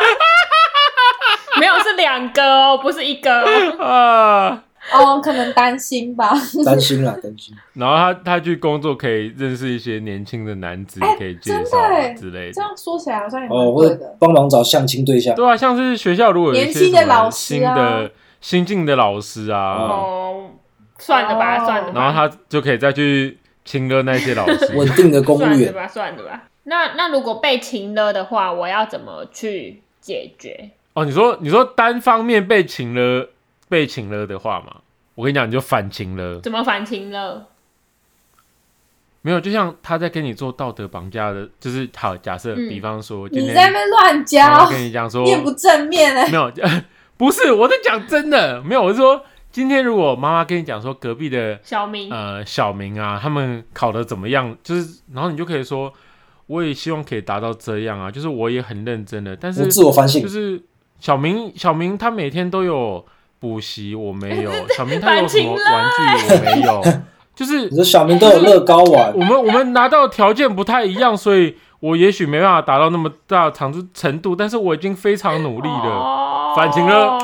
Speaker 4: 没有，是两个哦，不是一个哦。
Speaker 1: 啊。
Speaker 2: 哦，可能担心吧。
Speaker 3: 担心啦，担 心。
Speaker 1: 然后他他去工作可以认识一些年轻的男子，
Speaker 2: 哎
Speaker 1: 可以介绍啊
Speaker 2: 真的耶
Speaker 1: 之类
Speaker 2: 这
Speaker 1: 的。
Speaker 2: 样说起来好像也
Speaker 3: 哦，
Speaker 2: 蛮
Speaker 3: 会
Speaker 2: 对的。
Speaker 3: 帮忙找相亲对象。
Speaker 1: 对啊，像是学校如果有一
Speaker 2: 年
Speaker 1: 些
Speaker 2: 轻的
Speaker 1: 什么
Speaker 2: 老师
Speaker 1: 新
Speaker 2: 啊
Speaker 1: 的新进的老师啊，
Speaker 3: 哦
Speaker 4: 哦，算了吧，
Speaker 2: 哦
Speaker 4: 算了吧。
Speaker 1: 然后他就可以再去亲热那些老 师。
Speaker 3: 稳定的公务
Speaker 4: 算了
Speaker 3: 员，
Speaker 4: 吧，算了吧。那那如果被擒了的话，我要怎么去解决？
Speaker 1: 哦，你说你说单方面被请了被请了的话嘛，我跟你讲，你就反请了。
Speaker 4: 怎么反擒了？
Speaker 1: 没有，就像他在跟你做道德绑架的，就是好假设，
Speaker 4: 嗯
Speaker 1: 比方说今
Speaker 2: 你在那
Speaker 1: 天
Speaker 2: 边乱
Speaker 1: 妈
Speaker 2: 教
Speaker 1: 妈，跟你讲说
Speaker 2: 你也不正 面哎、
Speaker 1: 没有，不是我在讲真的，没有，我是说今天如果妈妈跟你讲说隔壁的
Speaker 4: 小明，
Speaker 1: 呃小明啊，他们考的怎么样，就是然后你就可以说，我也希望可以达到这样啊，就是我也很认真的，但是
Speaker 3: 我自我反
Speaker 1: 就
Speaker 3: 省。
Speaker 1: 是小明，小明他每天都有补习，我没有；小明他有什么
Speaker 4: 反
Speaker 1: 玩具，我没有。就是
Speaker 3: 你说小明都有乐高啊玩
Speaker 1: 我，们我们拿到条件不太一样，所以我也许没办法达到那么大的长度程度，但是我已经非常努力了。
Speaker 4: 哦
Speaker 1: 反擒
Speaker 4: 了，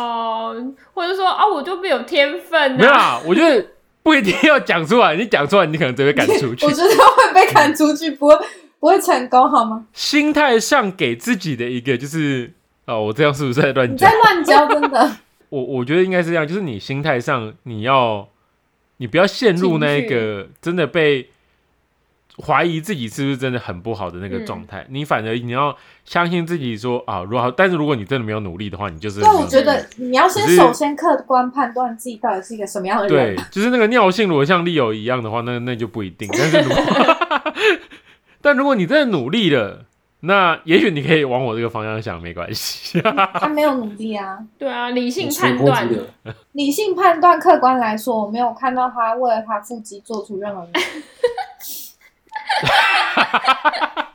Speaker 4: 或者说啊，我就没有天分、啊，
Speaker 1: 没有啦，我觉得不一定要讲出来，你讲出来，你可能就被赶出去
Speaker 2: 我。觉得会被赶出去，不会不会成功好吗？
Speaker 1: 心态上给自己的一个就是，哦，我这样是不是在乱
Speaker 2: 你
Speaker 1: 讲
Speaker 2: 在？乱教，真 的。
Speaker 1: 我我觉得应该是这样，就是你心态上你要，你不要陷入那
Speaker 4: 情
Speaker 1: 个真的被怀疑自己是不是真的很不好的那个状
Speaker 2: 嗯
Speaker 1: 态，你反而你要相信自己说啊，如果但是如果你真的没有努力的话，你就是
Speaker 2: 但我觉得你要先
Speaker 1: 只是
Speaker 2: 首先客观判断自己到底是一个什么样的
Speaker 1: 对
Speaker 2: 人。，
Speaker 1: 就是那个尿性如果像利友一样的话，那那就不一定。但是如果 但如果你真的努力了，那也许你可以往我这个方向想，没关系。
Speaker 2: 他没有努力啊，
Speaker 4: 对啊，理性
Speaker 3: 随
Speaker 4: 判
Speaker 3: 波
Speaker 4: 断
Speaker 3: 逐，流。
Speaker 2: 理性判断，客观来说，我没有看到他为了他腹肌做出任何努力。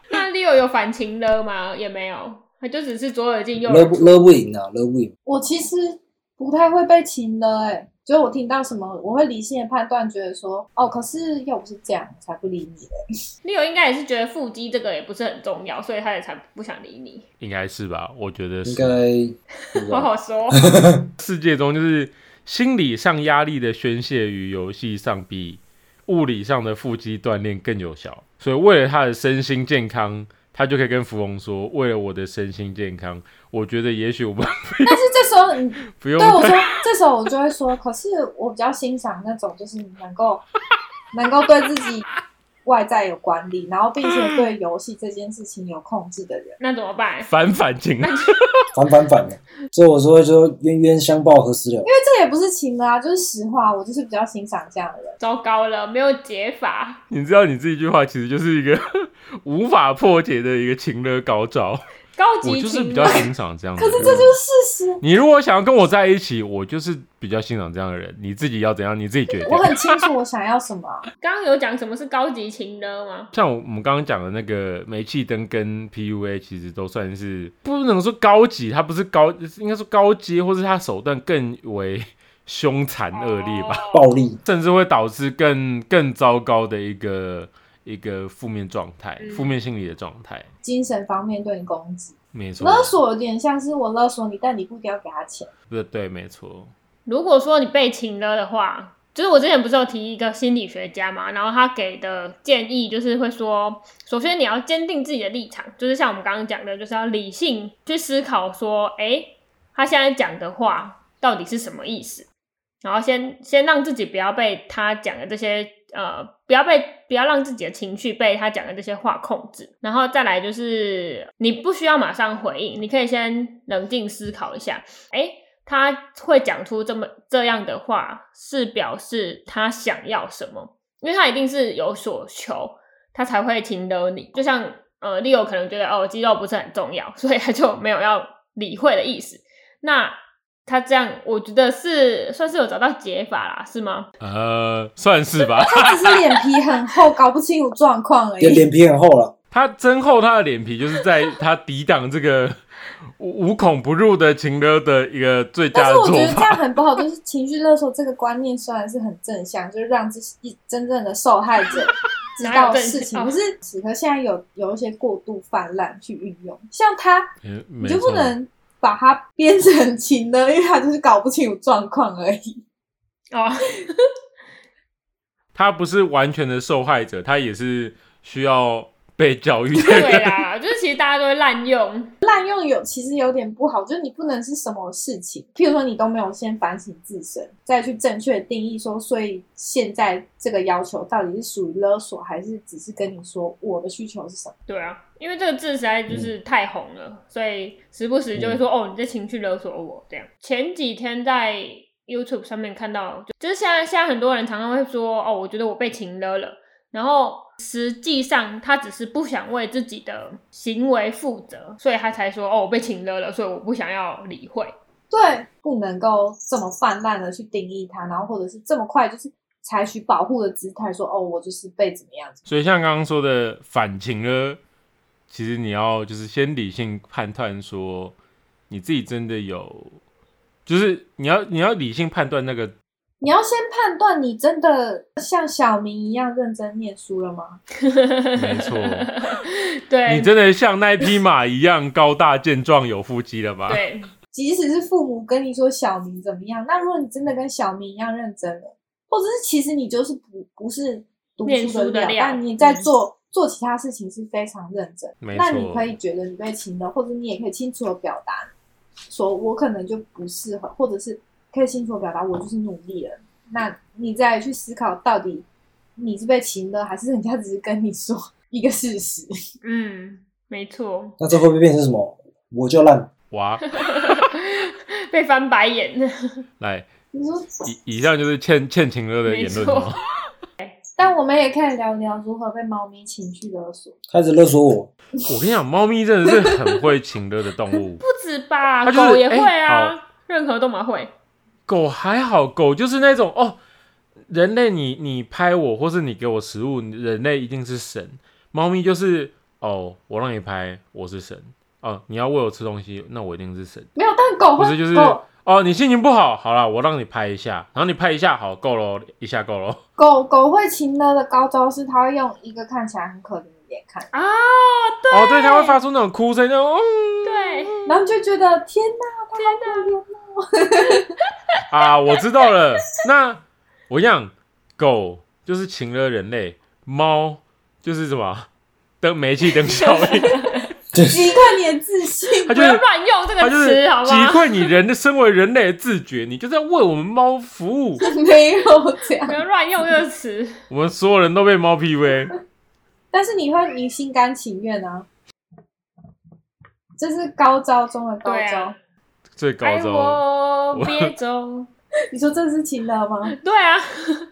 Speaker 4: 那 Leo 有反情了吗？也没有，他就只是左耳进右
Speaker 3: 勒
Speaker 4: 耳
Speaker 3: 不
Speaker 4: 出。
Speaker 3: 勒不赢啊，勒不赢。
Speaker 2: 我其实不太会被情的、欸，哎，就是我听到什么，我会理性的判断，觉得说，哦，可是要不是这样，我才不理你嘞。
Speaker 4: Leo 应该也是觉得腹肌这个也不是很重要，所以他也才不想理你。
Speaker 1: 应该是吧？我觉得
Speaker 3: 应
Speaker 1: 是。
Speaker 3: 该不知
Speaker 4: 好
Speaker 1: 哦
Speaker 3: 道
Speaker 4: 好说，
Speaker 1: 世界中，就是心理上压力的宣泄与游戏上比物理上的腹肌锻炼更有效。所以为了他的身心健康，他就可以跟芙蓉说：“为了我的身心健康，我觉得也许我们
Speaker 2: 但是这时候你
Speaker 1: 不用
Speaker 2: 对我说，这时候我就会说，可是我比较欣赏那种，就是你能够能够对自己外在有管理，然后并且对游戏这件事情有控制的人。
Speaker 4: 那怎么办？
Speaker 1: 反反情。
Speaker 3: 反反反的。所以我说就冤冤相报何时了？
Speaker 2: 因为这也不是情的啊，就是实话，我就是比较欣赏这样的人。
Speaker 4: 糟糕了，没有解法，
Speaker 1: 你知道你这一句话其实就是一个 无法破解的一个情勒高招。
Speaker 4: 高
Speaker 1: 我
Speaker 4: 级
Speaker 1: 就是比
Speaker 4: 情
Speaker 1: 较
Speaker 4: 勒。
Speaker 1: 欣赏这样的
Speaker 2: 可
Speaker 1: 人。
Speaker 2: 是这就是事实，
Speaker 1: 你如果想要跟我在一起，我就是比较欣赏这样的人。你自己要怎样，你自己决定
Speaker 2: 我。很清楚我想要什么啊、
Speaker 4: 刚刚有讲什么是高级情勒吗？
Speaker 1: 像我们刚刚讲的那个煤气灯跟 PUA，其实都算是不能说高级，它不是高，应该说高阶，或是它手段更为凶残恶劣吧，
Speaker 4: 哦
Speaker 3: 暴力
Speaker 1: 甚至会导致更更糟糕的一个一个负面状态
Speaker 4: 嗯，
Speaker 1: 负面心理的状态。
Speaker 2: 精神方面对你攻击，
Speaker 1: 没错，
Speaker 2: 勒索有点像是我勒索你，但你不一定要给他钱。
Speaker 1: 对对，没错。
Speaker 4: 如果说你被擒了的话，就是我之前不是有提一个心理学家嘛，然后他给的建议就是会说，首先你要坚定自己的立场，就是像我们刚刚讲的，就是要理性去思考说，诶，他现在讲的话到底是什么意思，然后先先让自己不要被他讲的这些呃，不要被不要让自己的情绪被他讲的这些话控制，然后再来就是你不需要马上回应，你可以先冷静思考一下，诶，他会讲出这么这样的话，是表示他想要什么，因为他一定是有所求，他才会停留你。就像呃，Leo 可能觉得哦，肌肉不是很重要，所以他就没有要理会的意思。那他这样，我觉得是算是有找到解法啦，是吗？
Speaker 1: 呃，算是吧。
Speaker 2: 他只是脸皮很厚，搞不清楚状况而
Speaker 3: 脸
Speaker 2: 已。
Speaker 3: 脸皮很厚了，
Speaker 1: 他增厚他的脸皮，就是在他抵挡这个无无孔不入的情勒的一个最
Speaker 2: 但
Speaker 1: 佳
Speaker 2: 是
Speaker 1: 的
Speaker 2: 我觉
Speaker 1: 做
Speaker 2: 得这样
Speaker 1: 法。
Speaker 2: 很不好，就是情绪勒索这个观念虽然是很正向，就是让这一真正的受害者知
Speaker 4: 哪有
Speaker 2: 道
Speaker 4: 正
Speaker 2: 事情，
Speaker 4: 向
Speaker 2: 可是此刻现在有有一些过度泛滥去运用，像他
Speaker 1: 嗯没
Speaker 2: 你就不
Speaker 1: 错
Speaker 2: 能把它 编成情勒，因为他就是搞不清楚状况而已。
Speaker 4: 哦，
Speaker 1: 他不是完全的受害者，他也是需要被教育的
Speaker 4: 对
Speaker 2: 啊
Speaker 1: 人。
Speaker 4: 啦，就是其实大家都会滥用，
Speaker 2: 滥用有其实有点不好，就是你不能是什么事情，譬如说你都没有先反省自身，再去正确地定义说，所以现在这个要求到底是属于勒索，还是只是跟你说我的需求是什么？
Speaker 4: 对啊，因为这个字实在就是
Speaker 1: 嗯
Speaker 4: 太红了，所以时不时就会说、哦，你在情绪勒索我这样。前几天在 YouTube 上面看到，就就是现在现在很多人常常会说哦，我觉得我被情勒了，然后实际上他只是不想为自己的行为负责，所以他才说哦，我被情勒了，所以我不想要理会。
Speaker 2: 对，不能够这么泛滥的去定义它，然后或者是这么快就是采取保护的姿态说，哦，我就是被怎么样子。
Speaker 1: 所以像刚刚说的反情勒，其实你要就是先理性判断说你自己真的有，就是你要你要理性判断那个
Speaker 2: 你要先判断你真的像小明一样认真念书了吗？
Speaker 1: 没错，
Speaker 4: 对，
Speaker 2: 哎
Speaker 1: 你真的像那匹马一样高大健壮有腹肌了吧？
Speaker 4: 对，
Speaker 2: 即使是父母跟你说小明怎么样，那如果你真的跟小明一样认真了，或者是其实你就是不不是读
Speaker 4: 念
Speaker 2: 书
Speaker 4: 书的
Speaker 2: 料，
Speaker 4: 料
Speaker 2: 但你在
Speaker 4: 嗯
Speaker 2: 做、做其他事情是非常认真，
Speaker 1: 没
Speaker 2: 那
Speaker 1: 错
Speaker 2: 你可以觉得你被情的，或者你也可以清楚的表达，说我可能就不适合，或者是可以清楚的表达我就是努力了。那你再去思考到底你是被情的，还是人家只是跟你说 一个事实？
Speaker 4: 嗯，没错，
Speaker 3: 那这会不会变成什么？我就烂，
Speaker 1: 哇，
Speaker 4: 被翻白眼，
Speaker 1: 来，
Speaker 2: 你说
Speaker 1: 以以上就是欠欠情勒的言论
Speaker 4: 没
Speaker 1: 哦
Speaker 4: 错。
Speaker 2: 但我们也可以聊聊如何被猫咪情绪勒索。
Speaker 3: 开始勒索我，
Speaker 1: 我跟你讲，猫咪真的是很会情勒的动 物。
Speaker 4: 不止吧，
Speaker 1: 他就是
Speaker 4: 狗也会
Speaker 1: 哎
Speaker 4: 啊，任何动物会。
Speaker 1: 狗还好，狗就是那种哦，人类你你拍我，或是你给我食物，人类一定是神。猫咪就是哦，我让你拍，我是神哦，你要喂我吃东西，那我一定是神。
Speaker 2: 没有，但狗
Speaker 1: 不
Speaker 2: 会
Speaker 1: 是就是
Speaker 2: 狗
Speaker 1: 哦，你心情不好，好啦，我让你拍一下，然后你拍一下，好，够了，一下够了。
Speaker 2: 狗狗会情勒的高招是，它会用一个看起来很可怜的脸看，
Speaker 4: 啊，
Speaker 1: 哦，对，它会发出那种哭声，那种、嗯、
Speaker 4: 对，
Speaker 2: 然后就觉得天哪，它好可怜哦。
Speaker 1: 啊，我知道 了。那我一样，狗就是情了人类，猫就是什么灯煤气灯效 应，
Speaker 2: 你看你的自信
Speaker 1: 它，
Speaker 4: 不
Speaker 1: 就
Speaker 4: 要
Speaker 1: 是
Speaker 4: 乱用这
Speaker 1: 它
Speaker 4: 个
Speaker 1: 就
Speaker 4: 词，
Speaker 1: 是
Speaker 4: 好
Speaker 1: 击
Speaker 4: 吗？
Speaker 1: 溃你人的身为人类的自觉，你就是要为我们猫服务。
Speaker 2: 没有这样
Speaker 4: 不。要乱用这个词。
Speaker 1: 我们所有人都被猫 PUA，
Speaker 2: 但是你会，你心甘情愿啊，这是高招中的高
Speaker 4: 对
Speaker 2: 招。
Speaker 4: 啊，
Speaker 1: 最高
Speaker 4: 爱
Speaker 1: 招。
Speaker 4: 我
Speaker 1: 我
Speaker 4: 别走。
Speaker 2: 你说这是情勒吗？
Speaker 4: 对啊，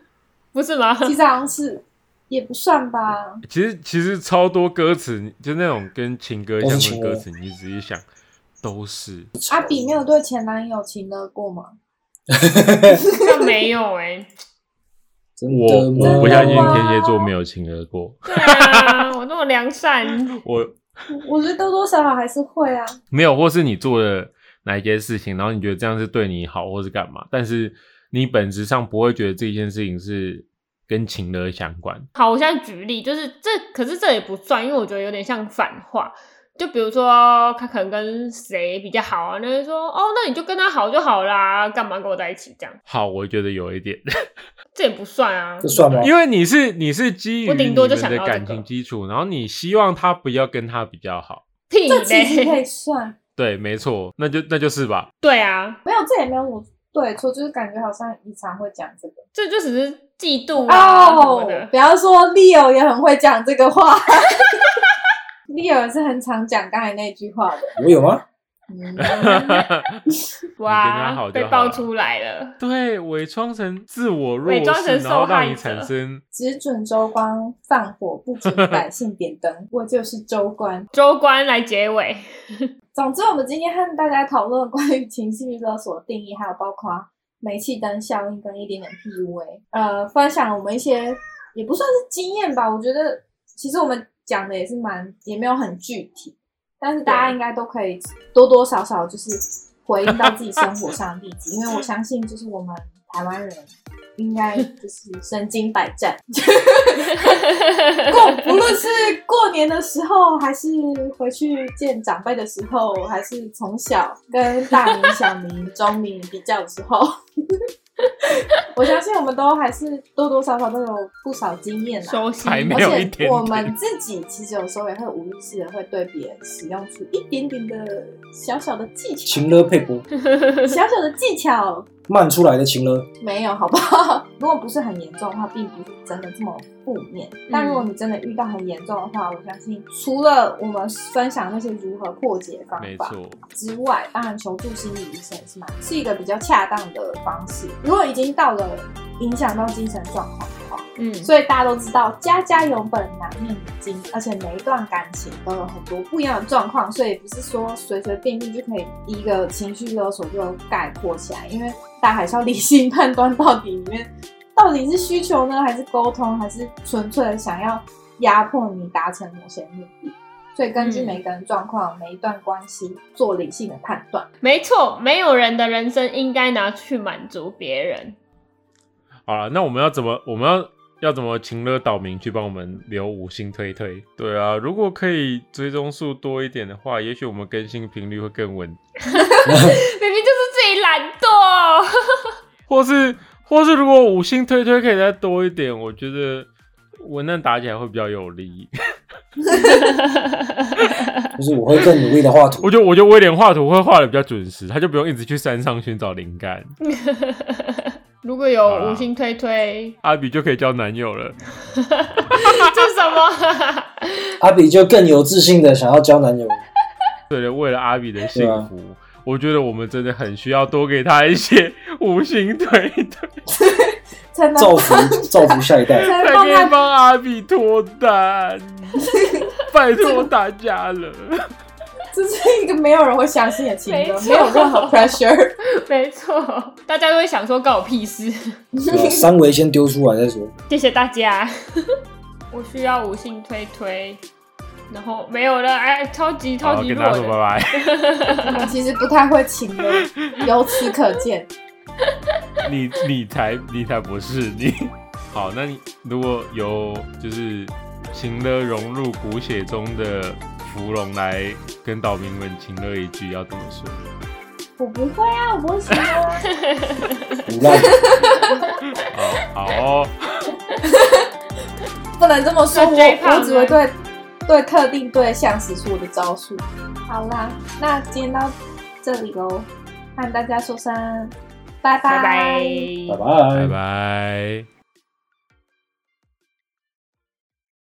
Speaker 4: 不是吗？
Speaker 2: 其实好像是，也不算吧。
Speaker 1: 其实其实超多歌词，就那种跟情歌相
Speaker 3: 都是情
Speaker 1: 关的
Speaker 3: 歌
Speaker 1: 歌词，你仔细想，都是
Speaker 2: 阿比没有对前男友情勒过吗？
Speaker 4: 那没有
Speaker 1: 欸
Speaker 4: 哎。
Speaker 3: 真
Speaker 1: 我
Speaker 3: 的吗
Speaker 1: 我不相信天蝎座
Speaker 2: 吗
Speaker 1: 没有情歌过，
Speaker 4: 对啊，我那么良善。
Speaker 1: 我
Speaker 2: 我觉得多多少少还是会啊。
Speaker 1: 没有，或是你做了哪一些事情，然后你觉得这样是对你好，或是干嘛，但是你本质上不会觉得这件事情是跟情勒相关。
Speaker 4: 好，我现在举例，就是这，可是这也不算，因为我觉得有点像反话。就比如说，他可能跟谁比较好啊？那就说，哦，那你就跟他好就好啦，干嘛跟我在一起这样？
Speaker 1: 好，我觉得有一点，
Speaker 4: 这也不算啊
Speaker 3: 这。算吗？
Speaker 1: 因为你是你是基于
Speaker 4: 我顶多就
Speaker 1: 你
Speaker 4: 想
Speaker 1: 们
Speaker 4: 到
Speaker 1: 的
Speaker 4: 这
Speaker 1: 感
Speaker 4: 个
Speaker 1: 情基础，然后你希望他不要跟他比较好，
Speaker 4: 屁
Speaker 2: 这其实可
Speaker 4: 嘞！
Speaker 2: 以算，
Speaker 1: 对，没错，那就那就是吧。
Speaker 4: 对啊，
Speaker 2: 没有，这也没有我对错，就是感觉好像你常会讲这个。
Speaker 4: 这就只是嫉妒啊什
Speaker 2: 哦
Speaker 4: 么的，
Speaker 2: 不要说 Leo 也很会讲这个话，Leo 也是很常讲刚才那句话的。
Speaker 3: 我有吗？
Speaker 2: 嗯，
Speaker 1: 你跟他好
Speaker 4: 哇，
Speaker 1: 就
Speaker 4: 被
Speaker 1: 好
Speaker 4: 爆
Speaker 1: 了
Speaker 4: 出来了。
Speaker 1: 对，伪装成自我弱
Speaker 4: 伪装成
Speaker 1: 势，然后
Speaker 4: 受害
Speaker 1: 让你产
Speaker 4: 者
Speaker 1: 生
Speaker 2: 只准州官放火，不准百姓点灯。我就是州官。
Speaker 4: 州官来结尾，
Speaker 2: 总之，我们今天和大家讨论关于情绪勒索的定义，还有包括煤气灯效应跟一点点 PUA。呃，分享我们一些也不算是经验吧，我觉得其实我们讲的也是蛮也没有很具体，但是大家应该都可以多多少少就是回应到自己生活上的例子，因为我相信就是我们台湾人应该就是身经百战，过不论是过年的时候，还是回去见长辈的时候，还是从小跟大明、小明、 中明比较的时候。我相信我们都还是多多少少都有不少经验啦，
Speaker 4: 收心
Speaker 1: 还没
Speaker 2: 而
Speaker 1: 有一点
Speaker 2: 且
Speaker 1: 点
Speaker 2: 我们自己其实有时候也会无意识的会对别人使用出一点点的小小的技巧，
Speaker 3: 情勒配播
Speaker 2: 小小的技巧
Speaker 3: 慢出来的情勒，
Speaker 2: 没有，好不好？ 如果不是很严重的话，并不是真的这么负面。但
Speaker 1: 嗯
Speaker 2: 如果你真的遇到很严重的话，我相信除了我们分享那些如何破解的方
Speaker 1: 没
Speaker 2: 法，
Speaker 1: 错，
Speaker 2: 之外，当然求助心理医生也是蛮是一个比较恰当的方式。如果已经到了影响到精神状况的话，
Speaker 4: 嗯，
Speaker 2: 所以大家都知道家家有本难念的经，而且每一段感情都有很多不一样的状况，所以不是说随随便便就可以一个情绪勒索就概括起来，因为大家还是要理性判断到底里面到底是需求呢，还是沟通，还是纯粹的想要压迫你达成某些目的。所以根据
Speaker 4: 嗯
Speaker 2: 每个人状况、每一段关系做理性的判断。
Speaker 4: 没错，没有人的人生应该拿去满足别人。
Speaker 1: 好了，那我们要怎么？我们要要怎么请了岛民去帮我们留五星推推？对啊，如果可以追踪数多一点的话，也许我们更新频率会更稳，
Speaker 4: 明明就是自己懒惰，
Speaker 1: 或是或是如果五星推推可以再多一点，我觉得文案打起来会比较有力。
Speaker 3: 就是我会更努力的画图
Speaker 1: 我。觉得我觉得威廉画图会画的比较准时，他就不用一直去山上寻找灵感，
Speaker 4: 如果有五星推推，
Speaker 1: 阿比就可以交男友了。
Speaker 4: 这是什么？
Speaker 3: 阿比就更有自信的想要交男友，
Speaker 1: 对了，为了阿比的幸福，我觉得我们真的很需要多给他一些 五星推推，
Speaker 2: 才能
Speaker 3: 造福造福下 一
Speaker 2: 才
Speaker 3: 代。
Speaker 1: 才
Speaker 2: 能
Speaker 1: 可以
Speaker 2: 帮他，
Speaker 1: 帮阿比脱 单。拜托大家了，
Speaker 2: 这是一个没有人会相信的情
Speaker 4: 没
Speaker 2: 歌，
Speaker 4: 错
Speaker 2: 没有任 何 pressure。
Speaker 4: 没错，大家都会想说关我屁事。
Speaker 3: 对啊三维先丢出来再说。
Speaker 4: 谢谢大家， 我需要五星推推，然后没有了，哎，超级 超
Speaker 1: 好，
Speaker 4: 级
Speaker 1: 跟
Speaker 4: 弱
Speaker 1: 大家说拜
Speaker 4: 的，
Speaker 1: 拜。
Speaker 2: 我们其实不太会情歌， 由此可见，
Speaker 1: 你你才你才不是 你。好，那你如果有就是情乐融入骨血中的芙蓉来跟岛民们情乐一句，要怎么说？
Speaker 2: 我不会啊，我不会情歌啊。
Speaker 3: 腐烂，
Speaker 1: 哦，好 哦，
Speaker 2: 不能这么说，
Speaker 4: 那 J
Speaker 2: 我
Speaker 4: 胖
Speaker 2: 我只会对对特定对象使出我的招数。好啦，那今天到这里喽，和大家说声拜
Speaker 4: 拜拜。
Speaker 3: 拜拜，
Speaker 1: 拜拜。